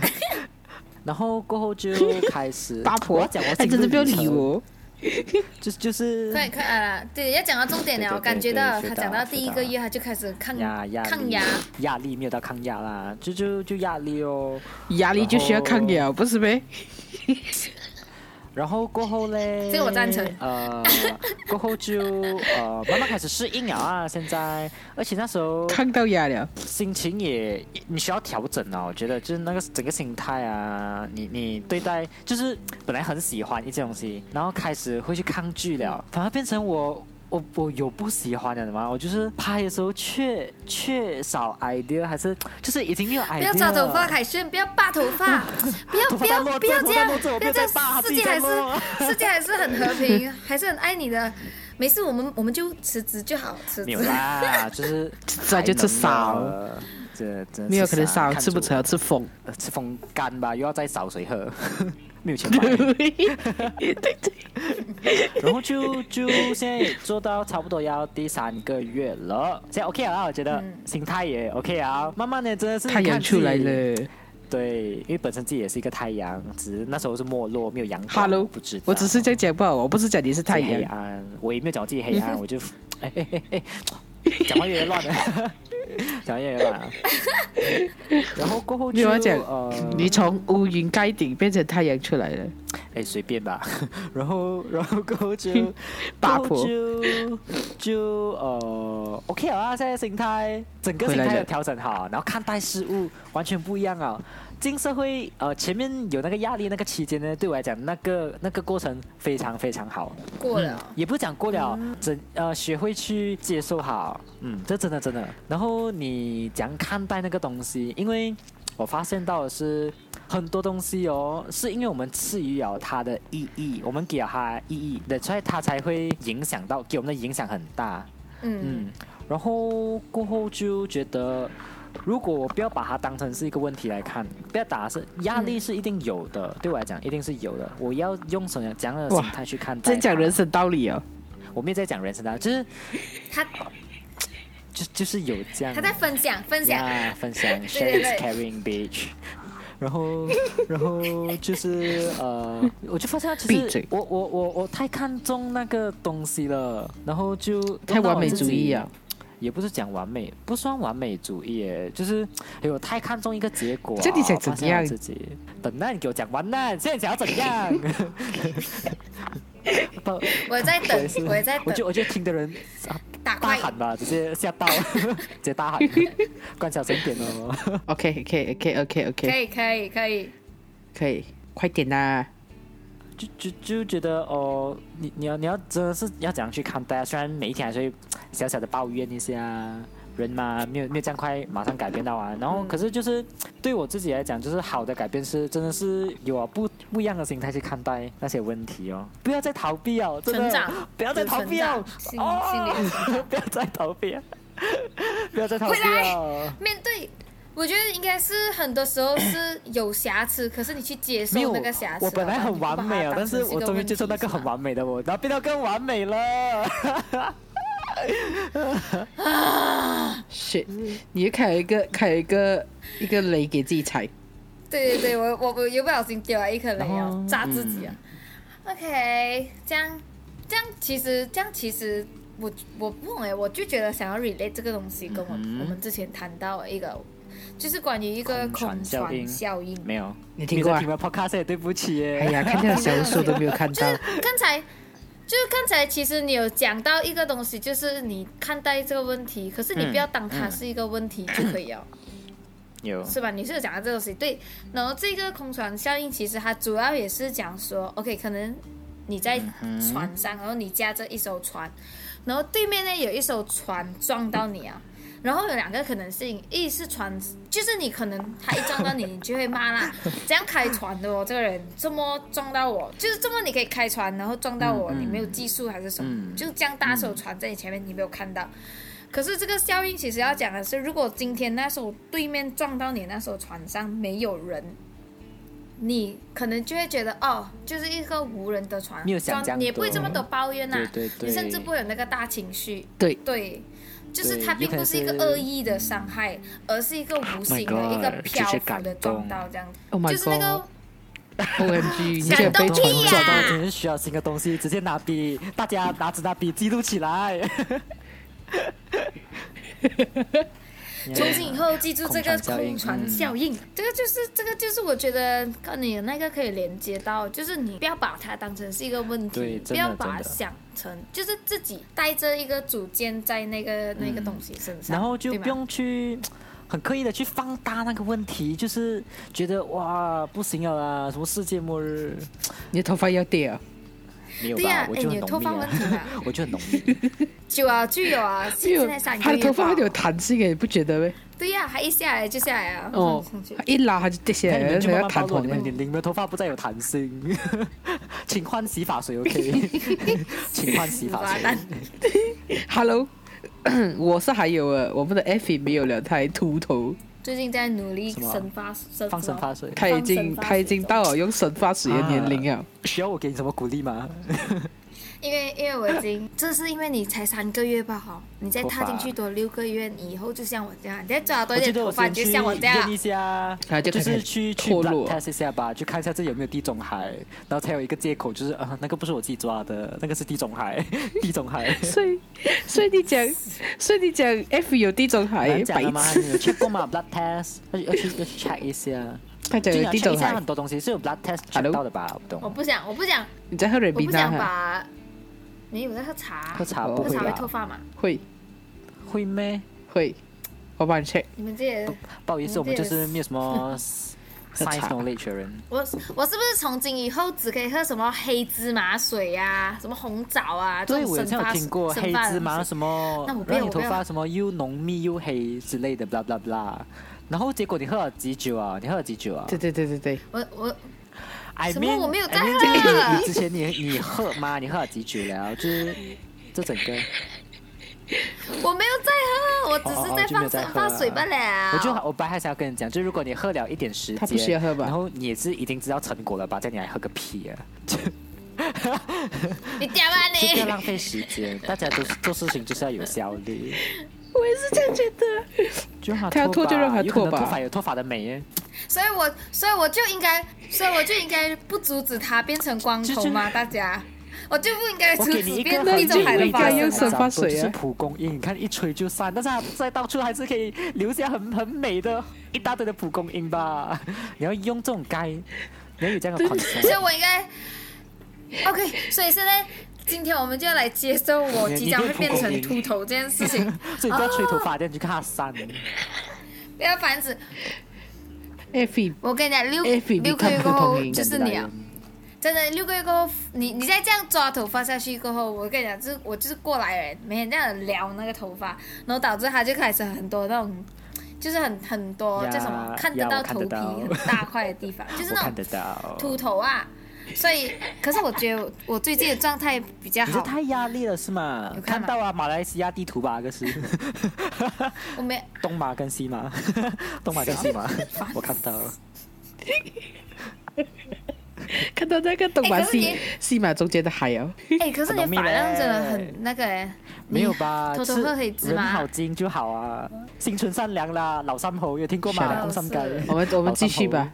A: 然后过后就开 始
C: 八
A: 我
C: 婆
A: 要讲我，心
C: 哎，
A: 路
C: 真的不要
A: 历
C: 理
A: 程，
C: 我。
A: 就就是
B: 快快啊！对，要讲到重点
A: 对对
B: 了，
A: 对
B: 我感觉
A: 对
B: 到
A: 学
B: 他
A: 到
B: 讲到
A: 了
B: 第
A: 学
B: 一
A: 到
B: 个
A: 了
B: 月他就开始抗
A: 呀压力
B: 抗压，
A: 压力没有到抗压啦，就就就压力哦。
C: 压力就需要抗压，不是呗？
A: 然后过后嘞，
B: 这个我赞成
A: 呃， 过后就呃，慢慢开始适应了啊。现在，而且那时候
C: 抗到压啊了，
A: 心情也你需要调整啊。我觉得就是那个整个心态啊，你你对待就是本来很喜欢一些东西，然后开始会去抗拒了，反而变成我。我我有不喜欢的吗？我就是拍的时候缺缺少 idea，还是就是已经没有 idea
B: 不
A: 了。
B: 要抓头发，凯旋，不要拔头发，不要
A: 头
B: 不
A: 发在
B: 要
A: 落
B: 不要
A: 头
B: 这
A: 发
B: 样
A: 在落这，我
B: 不要
A: 不
B: 这
A: 要再拔
B: 样，
A: 自
B: 世
A: 己
B: 界
A: 在
B: 还是
A: 落
B: 世界还是很和平，还是很爱你的。没事，我们我们就辞职就好，辞
A: 没有
B: 职。
A: 啦，就是
C: 再就吃少
A: 才能了，这真
C: 没有可能少
A: 看
C: 吃不
A: 住
C: 成，要吃疯。
A: 呃吃风干吧，又要再少水喝，没有钱买。
C: 对对对，
A: 然后就就现在也做到差不多要第三个月了，现在 OK 了，我觉得心态也 OK 啊。慢慢的真的是
C: 太阳
A: 看
C: 出来
A: 自己，
C: 了。
A: 对，因为本身自己也是一个太阳，只是那时候是没落，没有阳光
C: Hello，
A: 不知道。
C: 我只是在讲不好，我不是讲你是太
A: 自己黑
C: 阳。
A: 暗，我也没有讲我自己黑暗，我就哎哎哎哎，讲话有点乱了，讲话有点乱啊。然后过后
C: 没
A: 就
C: 有我讲
A: 呃，
C: 你从乌云盖顶变成太阳出来了，
A: 哎，随便吧。 然后，然后过后就
C: 八
A: 过后
C: 婆
A: 就就呃，OK 了啊，现在心态整个
C: 回
A: 心
C: 来
A: 态
C: 了
A: 有调整好，啊然后看待事物完全不一样啊。进社会呃，前面有那个压力，那个期间呢，对我来讲，那个那个过程非常非常好，
B: 过了，
A: 也不是讲过了，
C: 嗯
A: 整呃学会去接受好，嗯，这真的真的。然后你怎样看待那个东西？因为我发现到的是很多东西哦，是因为我们赐予了它的意义，我们给了它意义的，所以它才会影响到，给我们的影响很大。
B: 嗯
A: 嗯，然后过后就觉得，如果我不要把它当成是一个问题来看，不要打是压
C: 嗯
A: 力是一定有的，对我来讲一定是有的。我要用什么怎样的心
C: 哇
A: 态去看待？
C: 真讲人，生道理哦。
A: 我没有在讲人生的，啊就是
B: 他
A: 就就是有这样。
B: 他在分享分享，
A: 呀，分享 share
B: 对
A: is
B: 对
A: caring bitch。然后，然后就是呃，我就发现到其
C: 闭
A: 实
C: 嘴
A: 我我我我太看重那个东西了，然后就
C: 太完美主义
A: 啊
C: 啊！
A: 也不是讲完美，不算完美主义耶，就是哎呦太看重一个结果、啊。
C: 这你想怎
A: 我发现到
C: 样
A: 自己等那你给我讲完那，你现在想要怎 样？不，
B: 我在等
A: 也是，
B: 我在
A: 我就
B: 等，
A: 我就听的人啊
B: 打
A: 大
B: 快
A: 喊吧，直接吓 到，直接大喊，关小声点哦。
C: OK OK OK OK
B: 可
C: OK，
B: 以可以可以，
C: 可以，快点啊啦！
A: 就就就觉得哦，你你要你要真的是要怎样去看待啊？虽然每一天还是会小小的抱怨一下啊，人嘛，没有没有这样快马上改变到啊。然
B: 嗯
A: 后可是就是对我自己来讲，就是好的改变是真的是有啊不不一样的心态去看待那些问题哦，不要再逃避哦，真
B: 成长
A: 的不要再逃避哦，
B: 成长心
A: 哦
B: 心理，
A: 不要再逃避啊，不要再逃避
B: 回来
A: 哦。
B: 面对。我觉得应该是很多时候是有瑕疵，可是你去接
A: 没
B: 受
A: 有
B: 那个瑕疵。
A: 我本来很完美
B: 啊
A: 啊，，但是我终于接受那个很完美的我，然后变到更完美了。
C: shit，你又开了一个开了一个一个雷给自己踩，
B: 对对对，我我我又不小心丢了一颗雷
A: 然
B: 哦
A: 后，嗯
B: 炸自己啊。OK，这样这样其实这样其实我我不懂哎，我就觉得想要 relate 这个东西跟我、
A: 嗯哼
B: 我们之前谈到的一个，就是关于一个
A: 空传
B: 空
A: 效应
B: 传效应。
A: 没有，
C: 你听过
A: 在
C: 啊
A: 听？吗 podcast 也对不起耶。
C: 哎呀，看到小红书都没有看
B: 就
C: 到
B: 是。刚才，就是刚才，其实你有讲到一个东西，就是你看待这个问题，可是你
A: 嗯
B: 不要当它
A: 嗯
B: 是一个问题就可以了。
A: 有
B: 是吧？你是有讲到这个东西，对。然后这个空船效应其实它主要也是讲说，OK，可能你在
A: 嗯
B: 船上，然后你驾着一艘船，然后对面呢有一艘船撞到你啊。然后有两个可能性，一是船，就是你可能他一撞到你，你就会骂啦，这样开船的哦，这个人这么撞到我，就是这么你可以开船，然后撞到我，
A: 嗯嗯
B: 你没有技术还是什么，
A: 嗯
B: 就这样大艘船在你前面，你没有看到，可是这个效应其实要讲的是，如果今天那艘对面撞到你那艘船上没有人，你可能就会觉得哦，就是一个无人的船，
A: 没有想这样
B: 撞你也不会这么多抱怨呐、
A: 对对对，
B: 你甚至不会有那个大情绪。
C: 对
B: 对，就是
A: 对
B: 它并
A: 有可
B: 不
A: 能
B: 是一个
A: 是
B: 恶意的伤害，而是一个无形
A: Oh
B: 的
A: my
B: 一个
A: God，
B: 漂
A: 直接
B: 浮的
A: 感动
B: 撞到这样，
C: Oh my
B: 就是那个
C: god！OMG，你
B: 想
C: 竟然被
B: 到啊
C: 船
B: 屁
A: 找
B: 呀
C: 撞
A: 到
C: 到，
A: 真是需要新的东西，直接拿笔，大家拿纸拿笔记录起 来。
B: 从今以后记住这个
A: 空船
B: 空船
A: 效嗯
B: 效应，这个就是这个就是我觉得跟你的那个可以连接到，就是你不要把它当成是一个问
A: 对
B: 题，
A: 真的
B: 不要把它
A: 真的
B: 想成就是自己带着一个主见在那个那个东西身
A: 嗯
B: 上，
A: 然后就
B: 对吗
A: 不用去很刻意的去放大那个问题，就是觉得哇不行了啦，什么世界末日。
C: 啊你的头发要掉。
A: 没有
B: 对呀
A: 吧？、我
B: 哎，
A: 就
B: 你
A: 很
B: 有头
A: 浓密
B: 发问题
A: 啊，
B: 吧？
A: 我就很浓密。
B: 有啊，就有啊，
A: 哎
B: 现现在三
C: 他
B: 个
C: 的
B: 月
C: 头发
B: 吧
C: 很有弹性诶，你不觉得咩？
B: 对呀、它一下来就下来啊，
C: 哦
B: 放上去，
C: 一拉他就掉下
A: 看你
C: 来，
A: 们就
C: 然
A: 慢慢
C: 后弹
A: 暴露你
C: 簧诶
A: 们。年龄，你们头发不再有弹性。 请换洗发水，OK？请换洗
B: 王
A: 发
B: 八
A: 水
B: 蛋。。
C: Hello，我是还有啊，我们的 Effie 没有了，他还秃头，
B: 最近在努力
A: 什么
B: 生发，生
A: 放生发水
C: 他已经
B: 放生发
C: 他已经
B: 水
C: 到了用神发水的年啊龄了。
A: 需要我给你什么鼓励吗？
B: 因为因为我已经， 这是因为你才三个月吧？哈，你再踏进去多六个月，你以后就像我这样，你再抓
A: 我
B: 多一
A: 觉
B: 点
A: 得
B: 头
A: 我
B: 发，
A: 先
B: 你
A: 去
B: 就像我这样
A: 验一。下，
C: 啊就
A: 就
C: 看看
A: 是去去
C: 脱落
A: blood test 一下吧，就看一下这有没有地中海，然后才有一个借口，就是啊、那个不是我自己抓的，那个是地中海， 地中海。
C: 所以所以你讲，所以你讲 Effie 有地中海
A: 难
C: 耶，
A: 讲
C: 白
A: 啊的嘛，
C: 痴。
A: 你有 check 过吗？blood test 哎要去要去要去 check 一下，
C: 他讲
A: 就
C: 有
A: 要
C: 地
A: check 一
C: 中
A: 下
C: 海
A: 很，多东西是有 blood test check
C: Hello？
A: 到的吧？我不懂
B: 我。不想，我不想，
C: 你在喝瑞
B: 我
C: 比
B: 不想
C: 娜
B: 把，没有我在喝茶，
A: 喝茶
C: 哦
A: 不
B: 喝
A: 会
B: 茶会
A: 吧？
B: 脱发嘛？
C: 会
A: 会咩？
C: 会，我帮你 check。
B: 你们这些人，
A: 不好意思，我
B: 我
A: 们
B: 们
A: 就
B: 这
A: 是没有什 么
C: 喝
A: science
C: 茶
A: knowledge 的人。
B: 我我是不是从今以后只可以喝什么黑芝麻水呀、什么红枣啊？这
A: 对，
B: 种
A: 我
B: 生
A: 好像
B: 发
A: 有听过
B: 生
A: 黑
B: 发
A: 芝麻
B: 的东西
A: 什么
B: 那我，不要
A: 让你头
B: 我不
A: 发
B: 要
A: 什么又浓密又黑之类的，blah blah blah。然后结果你喝了几久啊？你喝了几久啊
C: 对对对对对，
B: 我我
A: ？I
B: 什么
A: mean，
B: 我没有
A: I
B: 在
A: mean，就是
B: 喝
A: 你之前你你喝吗？你喝了几久了？就是这整个，
B: 我没有在喝，我只
A: 哦哦
B: 是
A: 哦
B: 在
A: 就没有
B: 放
A: 在
B: 生
A: 喝
B: 发
A: 啊
B: 水罢了。
A: 我就我本来还想要跟你讲，就是如果你喝了一点时
C: 他不需
A: 间
C: 要喝，吧
A: 然后你也是已经知道成果了吧？这样你还喝个屁啊！
B: 你屌啊
A: 就不要
B: 你！
A: 浪费时 间，大家都是做事情就是要有效率。
C: 我也是这样觉得。
A: 就让
C: 他要
A: 脱
C: 脱就让他
A: 有可能
C: 脱吧
A: 脱发有脱发的美耶。
B: 所以我所以我就应该，所以我就应该不阻止他变成光头吗？大家，我就不应该
A: 我
B: 阻
A: 给你
B: 止
A: 一
B: 变
A: 个
B: 成地
A: 很
B: 中
A: 有
B: 海的
A: 味
C: 很
A: 道
B: 发
A: 的
C: 应该用
B: 型。
C: 手发水啊
A: 就是蒲公英，你看一吹就散，但是它在到处还是可以留下很很美的一大堆的蒲公英吧。 你要用这种该，你要有这 样的
B: 所以
A: concept。
B: 我应该，OK，所以现在今天我们就要来接受我
A: 你
B: 即将会变
A: 你
B: 成
A: 不
B: 秃头这件 事情，
A: 所以不要吹头发，这样你就看它散。
B: 不要烦死。
C: Effie
B: 我跟你讲，六
C: Effie
B: 六个月
C: 比
B: 过
C: 看不
B: 后
C: 同龄
B: 就是你啊。真的六个月过后，你你再这样抓头发下去过后，我跟你讲，就是我就是过来人，每天这样撩那个头发，然后导致他就开始很多那种，就是很很多
A: 呀
B: 叫什么看得
A: 呀
B: 到
A: 我看
B: 头
A: 得
B: 皮
A: 到
B: 很 大块的 地方，就是
A: 我
B: 那
A: 看
B: 种
A: 得到。
B: 秃头啊。所以，可是我觉得我最近的状态比较
A: 你是
B: 好，
A: 太压力了是吗？
B: 有看
A: 看
B: 吗
A: 到啊，马来西亚地图吧，那个是
B: 我没
A: 东马跟西马， 东马跟西马，
B: 啊
A: 我看到了。
C: 看到那个东马
B: 哎可是
C: 西
B: 你
C: 西马中间的海哦，
B: 哎、可是你的发量真的很那个哎、
A: 没有吧？
B: 你偷偷
A: 是
B: 喝黑芝
A: 人
B: 麻
A: 好精就好啊，心存善良啦，老三猴有听过
C: Shut
A: 吗？
C: up
A: 红三街
B: 是
C: 我们我们继续吧。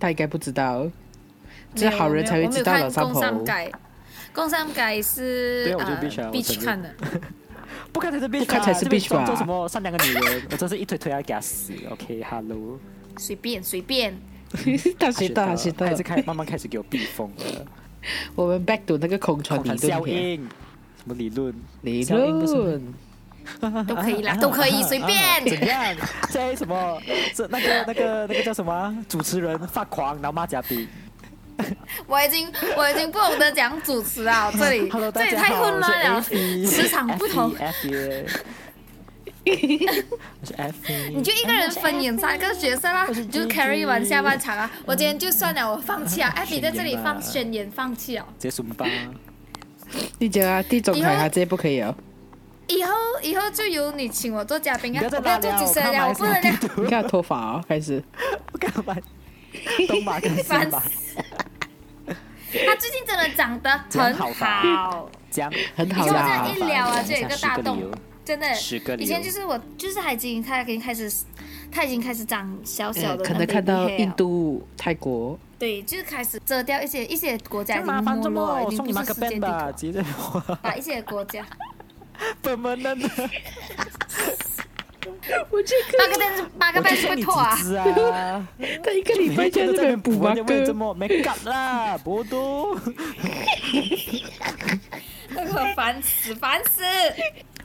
C: 他应该不知道，只有好人才会知道
B: 没有
C: 老三
B: 我没有看
C: 婆
B: 工。商街，工商街是
A: 对啊我觉得
B: 呃
A: beach 啊我承
B: beach
A: 认
B: 看的，
A: 不看才是 bitch，
C: 不看才
A: 吧
C: 是
A: 这边
C: bitch
A: 装
C: 吧
A: 做什么善良的女人？我真是一推推要给她死。OK，Hello，、
B: 随便随便。
C: 他学到，他
A: 她
C: 学
A: 学
C: 到
A: 她也。是开慢慢开始给我避风了。
C: 我们 back to 那个空传
A: 空
C: 哦理
A: 谈
C: 论
A: 效
C: here，
A: 应，什么理论？
C: 理
A: 效应不是吗
C: 论。
B: 都可以啦，都可以随
A: 啊怎
B: 便。
A: 样？现在什么？这那个那个那个叫什么啊？主持人发狂，然后骂嘉宾。
B: 我已经我已经不懂得讲主 持啊，这里
A: Hello，
B: 这
A: 大
B: 里
A: 家
B: 太
A: 好，
B: 混
A: 我是 E
B: 乱了，
A: Effie
B: 磁场不同
A: Effie，Effie 我是 F，
B: 你就一个人分演三个角色啦，
A: 我是
B: 你就
A: Gigi
B: carry 完下半场啊。我今天就算了，我放弃啊。
A: 嗯
B: 艾比在这里放宣言放弃哦。
A: 结束吧。
C: 你讲啊，地中海
B: 以后
C: 他这不可以哦。
B: 以后以后就由你请我做嘉宾啊，
A: 你
B: 我
A: 不要
B: 不
A: 再
B: 要
A: 拉
B: 做
A: 了
B: 主持
A: 我
B: 人
A: 看
B: 了，我不能了，
C: 你看他脱发哦，开始。
A: 我干嘛？东马跟西
B: 烦
A: 马
B: 死。他最近真的长得
A: 真
B: 很
A: 好
B: 好，
A: 讲
C: 很
B: 你
C: 好
B: 说我这
C: 啦
B: 样一聊啊，就有一个大
A: 十个理
B: 洞
A: 由，
B: 真的。
A: 十个理由
B: 以前就是我，就是他已经他已经开始，他已经开始长小小
A: 呃
C: 嗯
B: 的，
C: 可能看到印，度、泰国，
B: 对，就是开始遮掉一些一些国家已经
A: 麻烦
B: 没
A: 这
B: 落了，
A: 么，
B: 已经
A: 送你
B: 不是
A: 妈个
B: 世界
A: ban
B: 地
A: 吧，
B: 图，
A: 直接我
B: 把一些国家，
A: 怎么能？
C: 我这
B: 八个蛋是八个
A: 我就
B: 蛋是
A: 送
B: 会
A: 你
B: 透啊
A: 几！只啊！
C: 个他一个礼
A: 你
C: 拜
A: 每
C: 就
A: 天
C: 在
A: 都在
C: 那
A: 那边
C: 边补
A: 补啊
C: 八
A: 完，要不然
C: 个
A: 怎，么没干 啦？博多。
B: 那个烦死，烦死！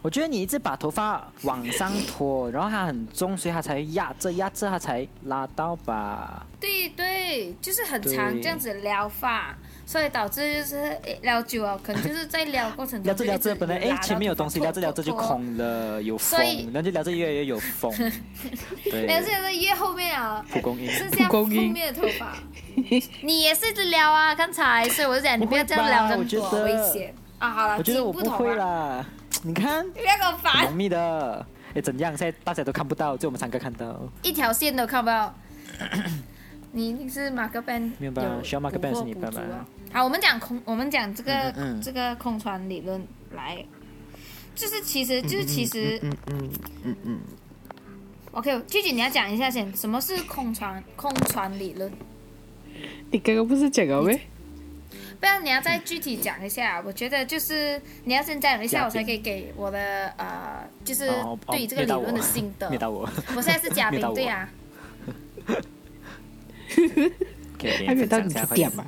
A: 我觉得你一直把头发往上拖，然后它很重，所以它才会压着压着它才拉到吧。
B: 对对，就是很长
A: 对
B: 这样子撩发，所以导致就是诶撩久了，可能就是在撩过程中
A: 聊着
B: 就一
A: 聊
B: 直
A: 着，本来
B: 拉
A: 哎
B: 到
A: 前面有东西，
B: 头
A: 聊
B: 发
A: 着聊着就。
B: 脱脱脱
A: 空了，有风
B: 所以，
A: 然后就聊着越来越有风。
B: 聊
A: 对
B: 着，聊着越后 面啊，
A: 蒲公英。
B: 剩下
C: 蒲
B: 后
C: 公英
B: 面的头发，你也是一直撩啊，刚才，所以我就讲你不要这样撩那
A: 我
B: 么多
A: 觉，得
B: 危险啊！好了，
A: 我觉得我
B: 不
A: 不
B: 同
A: 会
B: 了，
A: 啦，你看，
B: 不要给我
A: 浓
B: 烦，
A: 密的。哎，怎样？现在大家都看不到，就我们三个看到。
B: 一条线都看不到。你一定是马克班，
A: 没有吧需要马克班还是你班吧
B: 啊？好，我们讲空，我们讲这个
A: 嗯嗯嗯
B: 这个空船理论来，就是其实就是其实
C: 嗯嗯嗯嗯，
B: ，OK，具体你要讲一下先，什么是空船空船理论？
C: 你刚刚不是讲了没？
B: 不然你要再具体讲一下，我觉得就是你要先讲一
A: 嘉
B: 下，
A: 宾
B: 我才可以给我的呃，就是
A: 哦哦
B: 对于这个理论的心得。
A: 灭到我。
B: 我现在是嘉宾
A: 灭到，我啊
B: 对啊呀、
A: OK，
C: 还没有到
A: 分
C: 你
A: 享
C: 的
A: 一下
C: 点嘛？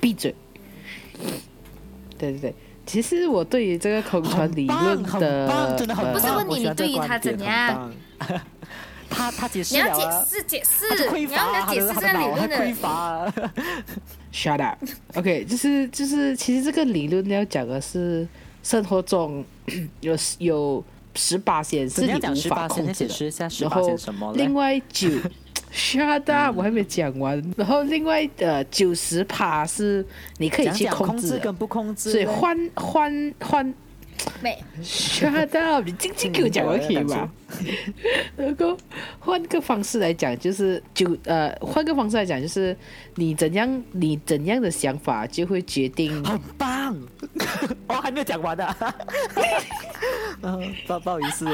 C: 闭嘴！对对对，其实我对于这个空船理论
A: 很
C: 的呃
A: 棒很棒真的很棒。
B: 不是问你
A: 我喜欢
B: 你对于
A: 这个
B: 他
A: 观点
B: 怎样？
A: 很棒他他解释
B: 你
A: 了
B: 要解
A: 啊，
B: 释解释
A: 他就，
B: 你
A: 匮乏
B: 要
A: 啊，
B: 你解释这
A: 他
B: 个
A: 的他的
B: 理
A: 脑
B: 论
A: 他匮
B: 的。
A: 乏啊。
C: Shut up。OK，就是就是，其实这个理论要讲的是，生活中有有十八些是
A: 怎
C: 你
A: 样讲
C: 无
A: 十
C: 法
A: 八先？先
C: 控
A: 解
C: 制的，
A: 释一下十
C: 然
A: 八
C: 后
A: 线什么嘞？嗯
C: 另外 九，Shut up，我还没讲完。然后另外呃九十趴是你可以
A: 讲
C: 去
A: 讲控
C: 制
A: 制
C: 的
A: 跟，不控制
C: 所以
A: 嘞，
C: 换换换
B: 没，
C: Shut up！你静静给我讲
A: 嗯。
C: 可以吗？然后换个方式来讲，就是就呃，换个方式来讲，就是你怎样，你怎样的想法就会决定
A: 很 棒。我哦还没有讲完 呢。嗯，不不好意思，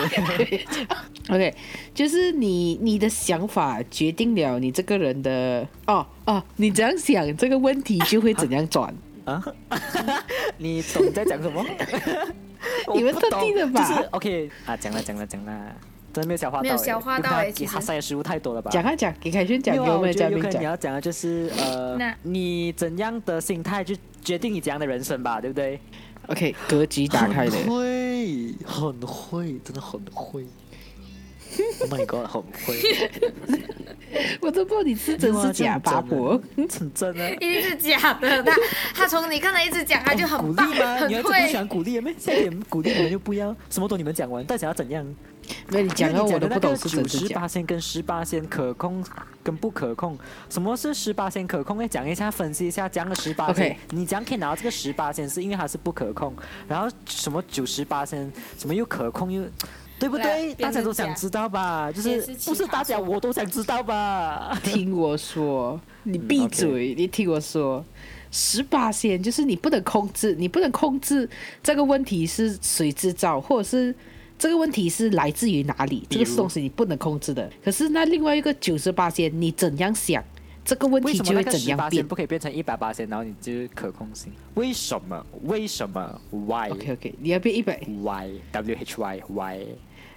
C: OK，就是你你的想法决定了你这个人的哦哦，你怎样想这个问题就会怎样 转。
A: 啊，你懂你在讲 什么？我
C: 你们
A: 不
C: 特
A: 懂
C: 地的吧
A: 就是 OK 啊，讲了讲了讲了，真的没有消化到欸，
B: 没有消化到欸
A: 给
B: 其实
A: 哈塞的食物太多了吧？
C: 讲啊讲，给凯旋讲，
A: 没
C: 给
A: 有啊，
C: 我们
A: 我
C: 的
A: 觉得
C: 嘉
A: 有
C: 宾
A: 可能
C: 讲
A: 你。要讲的就是呃
B: 那，
A: 你怎样的心态去决定你怎样的人生吧，对不对？
C: OK，格局打开了。
A: 会，很会，真的很会。Oh my god，很会，
C: 我都不知道你是真是假，
A: 啊
C: 八婆。
A: 很真啊。
B: 一定是假的。他他从你刚才一直讲，他就
A: 鼓
B: 很
A: 励
B: 棒，
A: 哦吗？
B: 很
A: 你儿子不喜
B: 会。
A: 欢鼓励的咩？现在你们鼓励你们就不要，什么都你们讲完，但想要怎样？
C: 那你讲
A: 因为
C: 了
A: 你
C: 我
A: 讲
C: 都
A: 的那
C: 不
A: 个
C: 懂是
A: 九
C: 真是
A: 十
C: 假。
A: 八线跟十八线可控跟不可控，什么是十八线可控？哎，讲一下，分析一下，讲个十八线
C: OK，
A: 你讲可以拿到这个十八线，是因为它是不可控，然后什么九十八线，什么又可控又。对不对？
B: 来
A: 大家都想知道吧？就是
B: 解释奇
A: 不是
B: 葩
A: 大家
B: 说
A: 我都想知道吧？
C: 听我说，你
A: 嗯
C: 闭嘴！你听我说，十八线就是你不能控制，你不能控制这个问题是谁制造，或者是这个问题是来自于哪里，这
A: 如
C: 个是东西你不能控制
A: 嗯
C: 的。可是那另外一个九十八线，你怎样想，这个问
A: 为
C: 题
A: 什么
C: 就
A: 那
C: 会
A: 个
C: 怎
A: 十
C: 样
A: 八
C: 变
A: 线。不可以变成一百八线？然后你就是可控性？为什么？为什么
C: OK OK，你要变一百，
A: ？Why？Why？W H Y Why？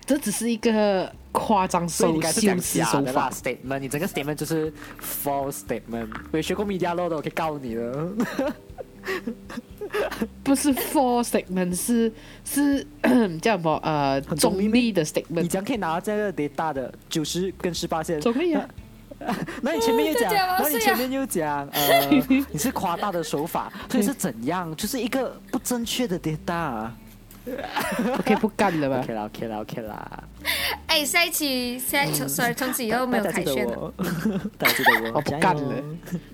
C: 这只是一个夸张
A: 所以
C: 手
A: 你该是
C: 修
A: 讲
C: 饰
A: 假
C: 手
A: 的啦
C: 法。
A: statement，你整个 statement 就是 false statement。我学过 media law 的，我可以告你 了。
C: 不是 four statement，是是 叫什么呃
A: 很中
C: 中
A: 立咩
C: 立的
A: 你
C: statement，
A: 讲可以拿到这个 data 的九十跟十八线，
C: 中立 啊。
A: 那你前面又 讲，
B: 嗯这讲
A: 然
B: 完
A: 后你
B: 是呀
A: 前面又讲，呃，你是夸大的手法，所以是怎样？就是一个不正确的 data。啊
C: OK，不干了吧
A: OK 啦，OK 啦，OK 啦。
B: 哎，下一期，下一期，sorry，从此以后没有
A: 大家
B: 凯
A: 记得
B: 旋了。
A: 我， 大家记得我，
C: 啊 我不干
A: 加
C: 了
A: 油。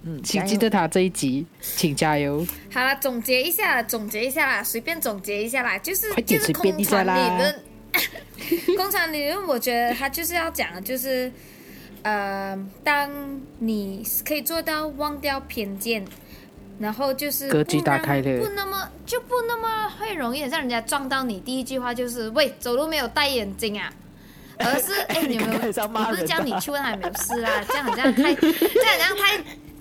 A: 嗯，
C: 请
A: 加油
C: 记得他这一集，请加油。
B: 好了，总结一下，总结一下啦，随便总结一下啦，就是
C: 快
B: 就
C: 点
B: 是
C: 随便
B: 空
C: 一下
B: 船
C: 啦
B: 理论。 空船理论，我觉得它就是要讲的就是，呃，当你可以做到忘掉偏见，然后就是
C: 格局
B: 不
C: 打
B: 让
C: 开了
B: 不那么就不那么会容易让人家撞到你。第一句话就是“喂，走路没有戴眼镜啊”。而 是哎、你有没
A: 刚才
B: 有？
A: 在
B: 我
A: 骂人
B: 不是叫你
A: 啊
B: 去问他有没有事啊？这样好像太，这样好像太，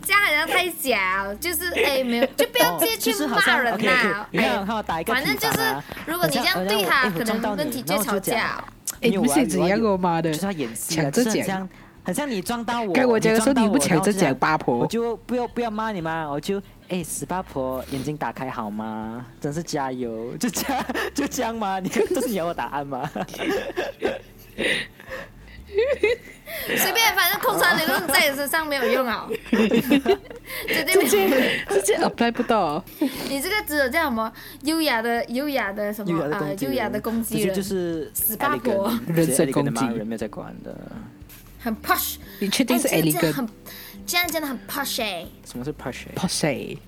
B: 这样好像太假哦。就是哎、没有，就不要
A: 哦
B: 直接去
A: 就是好像
B: 骂人
A: OK，OK，
B: 呐、
A: 你看他打一个
B: 哎反正
A: 比
B: 就
A: 方
B: 是
A: 啊，
B: 如果你这样对
A: 好像
B: 他，
A: 哎我
B: 可
A: 撞到
B: 能
A: 你
B: 问题就会吵架。
C: 哎，
A: 没
C: 你
A: 有
C: 们
A: 啊
C: 谁
A: 有
C: 怎
A: 啊
C: 样
A: 有
C: 我妈的
A: 就？是他演戏、啊，
C: 抢
A: 就
C: 着
A: 是很
C: 讲
A: 像很像你撞到我，
C: 该我讲的时候，
A: 撞
C: 啊你
A: 到
C: 不
A: 我
C: 抢着，
A: 然
C: 讲
A: 后
C: 八
A: 我
C: 婆，
A: 就这样我就不要不要骂你嘛，我就哎十八婆眼睛打开好吗？真是加油，就这样 就这样吗？你这是你要我答案 吗？
B: 随便，反正空窗理论在你身上没有用啊，绝对
C: 直
B: 没有
C: 接
B: 用。
C: 直接 apply 不到。
B: 你这个只有叫什么优雅的优雅的什
A: 优
B: 么
A: 雅的
B: 啊
A: 攻击
B: 优
A: 人，
B: 雅的攻击
A: 直接
B: 人，
A: 就是
B: 死八婆
A: elegant，
C: 人
A: 直接
C: 身
A: elegant
C: 攻
A: 的骂
C: 击
A: 人没有在管的。
B: 很 push。
C: 你确定
B: 哎这
C: 是
B: 个真的
C: elegant
B: 很，这样真的很 push 哎、
A: 什么是 pressure？
C: p o s e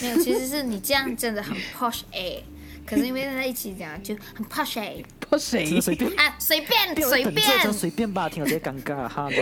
B: 没有，其实是你这样真的很 push 哎、可是因为在一起讲就很 push 哎、
C: p o s
A: 这个
C: e
A: 随便。
B: 啊，随便
A: 不要
B: 随
A: 等
B: 便，
A: 这张随便吧，听我直接尴尬哈喽。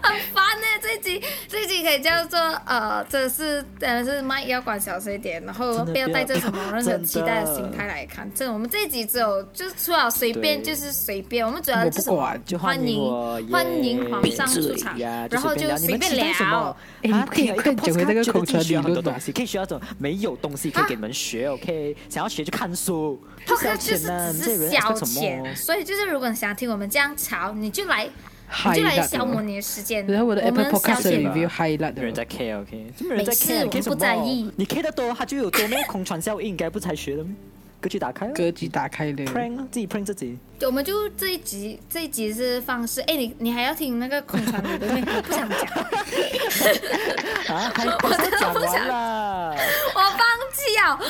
B: 很烦呢、这一集这一集可以叫做呃，这是呃是麦要管小声一点，然后
A: 真的
B: 不要
A: 不要
B: 带着什么任何
A: 真的
B: 期待的心态来看。这我们这一集只有就是除了随便
A: 对
B: 就是随便，我们主要就是什
C: 我不
B: 么
C: 管
A: 啊就欢
B: 欢
A: 迎
B: 迎
A: 我耶
B: 欢迎皇上出场
A: 对呀，
B: 然后
A: 就聊。你
B: 随便
A: 们期待什么
B: 聊。
C: 哎
A: 啊
C: 你可以
A: 听了一
C: 快点讲回那个
A: 个 podcast，
C: 口
A: 觉得自己
C: 传理
A: 学了很多
C: 论吧
A: 东西，可以学到这种没有东西可以给你们学。OK，想要学就看书，
B: p o
A: 小
B: d 就
A: 钱
B: 是
A: 呢，
B: 只
A: 这
B: 是
A: 人
B: 消
A: expect 什么
B: 遣，？所以就是如果你想听我们这样吵，你就来
C: 嗨
B: 你就来
C: 啦
B: 消磨你的时间。
C: 然后我的 Apple
B: 们消
C: Podcast 的
B: 遣
A: 吧
C: review highlight
A: 没有人
C: 了
A: 在 care OK，就没有人在
B: 没事
A: care，
B: 我
A: care
B: 们
A: 什
B: 不
A: 么
B: 在意
A: 你 care 的多，它就有多咩空传效应，该不才学 的咩？歌曲打开了
C: 格局打开了。
A: ，prank 啊自己 prank 自 己。
B: 我们就这一集，这一集是放是，哎，你你还要听那个空传理 论吗？我不想讲，
A: 啊，还我
B: 真的
A: 讲
B: 不想
A: 完 了，
B: 我放弃了，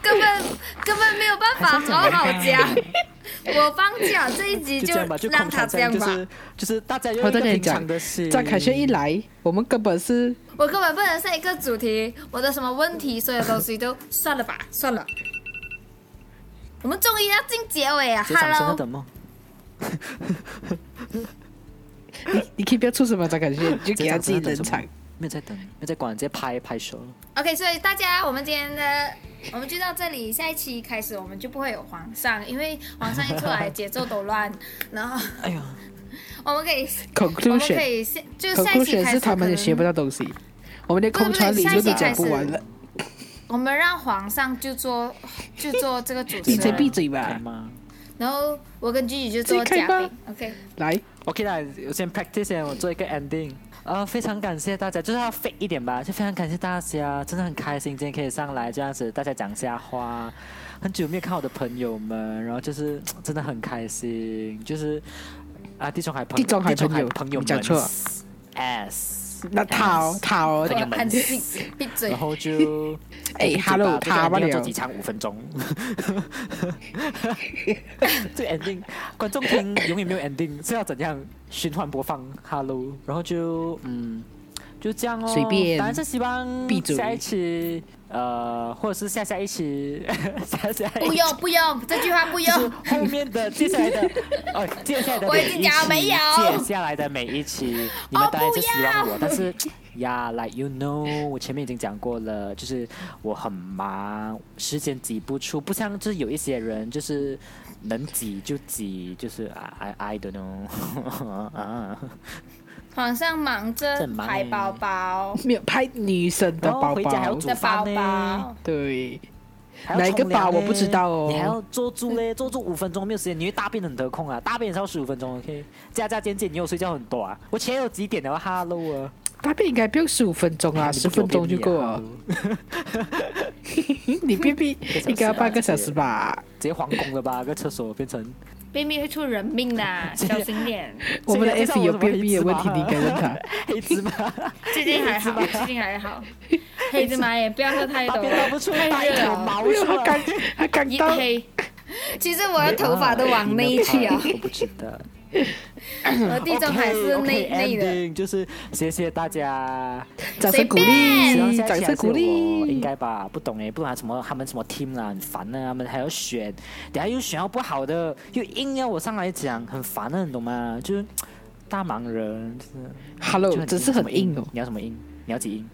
B: 根本根本没有办法好好讲。 我放弃了这一集，
A: 就这样吧，就
B: 让
A: 空
B: 他
A: 传
B: 这
A: 效
B: 样
A: 应，就
B: 吧。
A: 是就是大家用
C: 我
A: 一个
C: 跟你
A: 平
C: 讲
A: 常的心。，
C: 张凯旋一来，我们根本是
B: 我根本不能设一个主题，我的什么问题，所有东西都算了吧，算了。我们终于要进结尾啊
A: 职场生活
B: ！Hello，
A: 的梦，
C: 你可以不要出什么张凯旋，
A: 职
C: 你就给他
A: 场生
C: 自己
A: 活的
C: 登
A: 什
C: 场
B: 嗯
A: 么。？没有在等，没有在管，直接拍拍手了。
B: OK，所以大家，我们今天的我们就到这里，下一期开始我们就不会有皇上，因为皇上一出来节奏都乱，然后
A: 哎呀，
B: 我们可以我们可
C: Conclusion，Conclusion
B: 以下就是下一期开
C: 是
B: 始
C: 他们也学不
B: 到，
C: 到东西，我们连
B: 不是
C: 空传理论都讲不完
B: 下一期开
C: 了
B: 始。我们让皇上就做就做这个主持
C: 闭嘴闭
B: 人，
A: 可
C: 嘴
A: 以
C: 吧，
A: 吗
B: 然后我跟 G G 就做
C: 自己
B: 嘉
C: 开吧
B: 宾，OK。
C: 来，
A: OK 啦，我先 practice 先，我做一个 ending。呃，非常感谢大家，就是要 fit 一点吧，就非常感谢大家，真的很开心今天可以上来这样子，大家讲一下话。很久没有看我的朋友们，然后就是嘖真的很开心，就是啊，地中海朋
C: 地中海
A: 地中
C: 朋友
A: 朋友
C: 你
A: 们
C: 讲错了
A: S，
C: 那讨
A: S
C: 讨
A: 朋友们
B: 安静，闭嘴
A: 然！后就 我
C: 哎
A: 闭嘴吧
C: hello，
A: 这个
C: 他吧
A: ending 要做
C: 了
A: 几场五分钟， 这个 ending 观众听永远没有 ending，是要怎样循环播放 hello，然后就嗯就这样哦，
C: 随便
A: 当然是希望
C: 闭嘴
A: 下一期呃或者是下下一期 下下一
B: 不
A: 期。
B: 用不用，这句话不
A: 就是
B: 用。
A: 后面的接下来 的，哦，接下来的
B: 我已
A: 每
B: 经
A: 一
B: 讲了
A: 期，
B: 没有
A: 接下来的每一期，你们
B: 哦
A: 当然是
B: 不
A: 希望
B: 要
A: 我，但是呀、l i k e you know，我前面已经讲过了，就是我很忙，时间挤不出，不像就是有一些人就是能挤就挤，就是 I I I don't know，啊，
B: 皇上忙着
A: 正忙
B: 排宝宝
C: 没有拍女生的
A: 然后
B: 哦
C: 包
A: 回家还要
C: 包，
A: 煮
B: 的宝
A: 饭
B: 宝
A: 呢。，
C: 对，
A: 还要
C: 哪一个
A: 冲凉
C: 包我
A: 呢
C: 不知道哦
A: 你还要坐住嘞，坐住五分钟没有时间，你会大便很得空啊，大便也是要十五分钟，OK？加加减减，你有睡觉很多啊？我前有几点了？Hello 啊！
C: 大便应该不用十五分钟啊，
A: 你
C: 十
A: 不给我
C: 分钟
A: 便
C: 就
A: 秘啊
C: 够了。 你便秘应该要半个小时吧？
A: 直接皇宫了吧？个厕所变成
B: 便秘会出人命的， 小心点。
C: 我们的
A: 这个
C: F 有便秘的问题，你应该问他。
A: 黑芝麻，
B: 最近还好，最近还好。黑芝麻也不要喝太
A: 大
B: 多
A: 便，倒不出，啊大
B: 太
A: 一
B: 热
A: 口
B: 了，
A: 毛
C: 没有，
A: 出
C: 他刚
A: 来。
C: 他刚
B: 一
C: 到，
B: 黑。其实我的头发都往内去啊，
A: 我不知道。
B: 我地中海是内
A: OK，OK，
B: 内的。
A: ending，就是谢谢大家，
C: 掌声鼓励
A: 希望下，一期
C: 掌
A: 还
C: 声
A: 是
C: 鼓
A: 我应
C: 励。
A: 该吧？不懂哎，不然什么他们什么 team 啦，很烦呢。他们还要选，等下又选到不好的，又硬要我上来讲，很烦啊的，你懂吗？就是大忙人，就是就
C: Hello，
A: 很
C: 真是很硬哦。
A: 你要什么硬？你要几硬？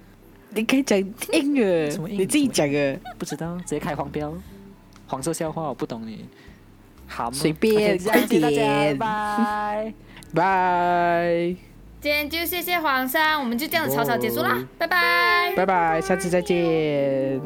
C: 你可以讲硬的
A: 什么，硬
C: 你自己讲的，
A: 不知道，直接开黄标，黄色笑话，我不懂你。好吗，
C: 随便
A: OK，这样谢谢大家，
C: 快点
A: 拜。
C: 拜
B: 今天就谢谢皇上，我们就这样子草草结束啦，拜拜。
C: 拜拜，下次再见。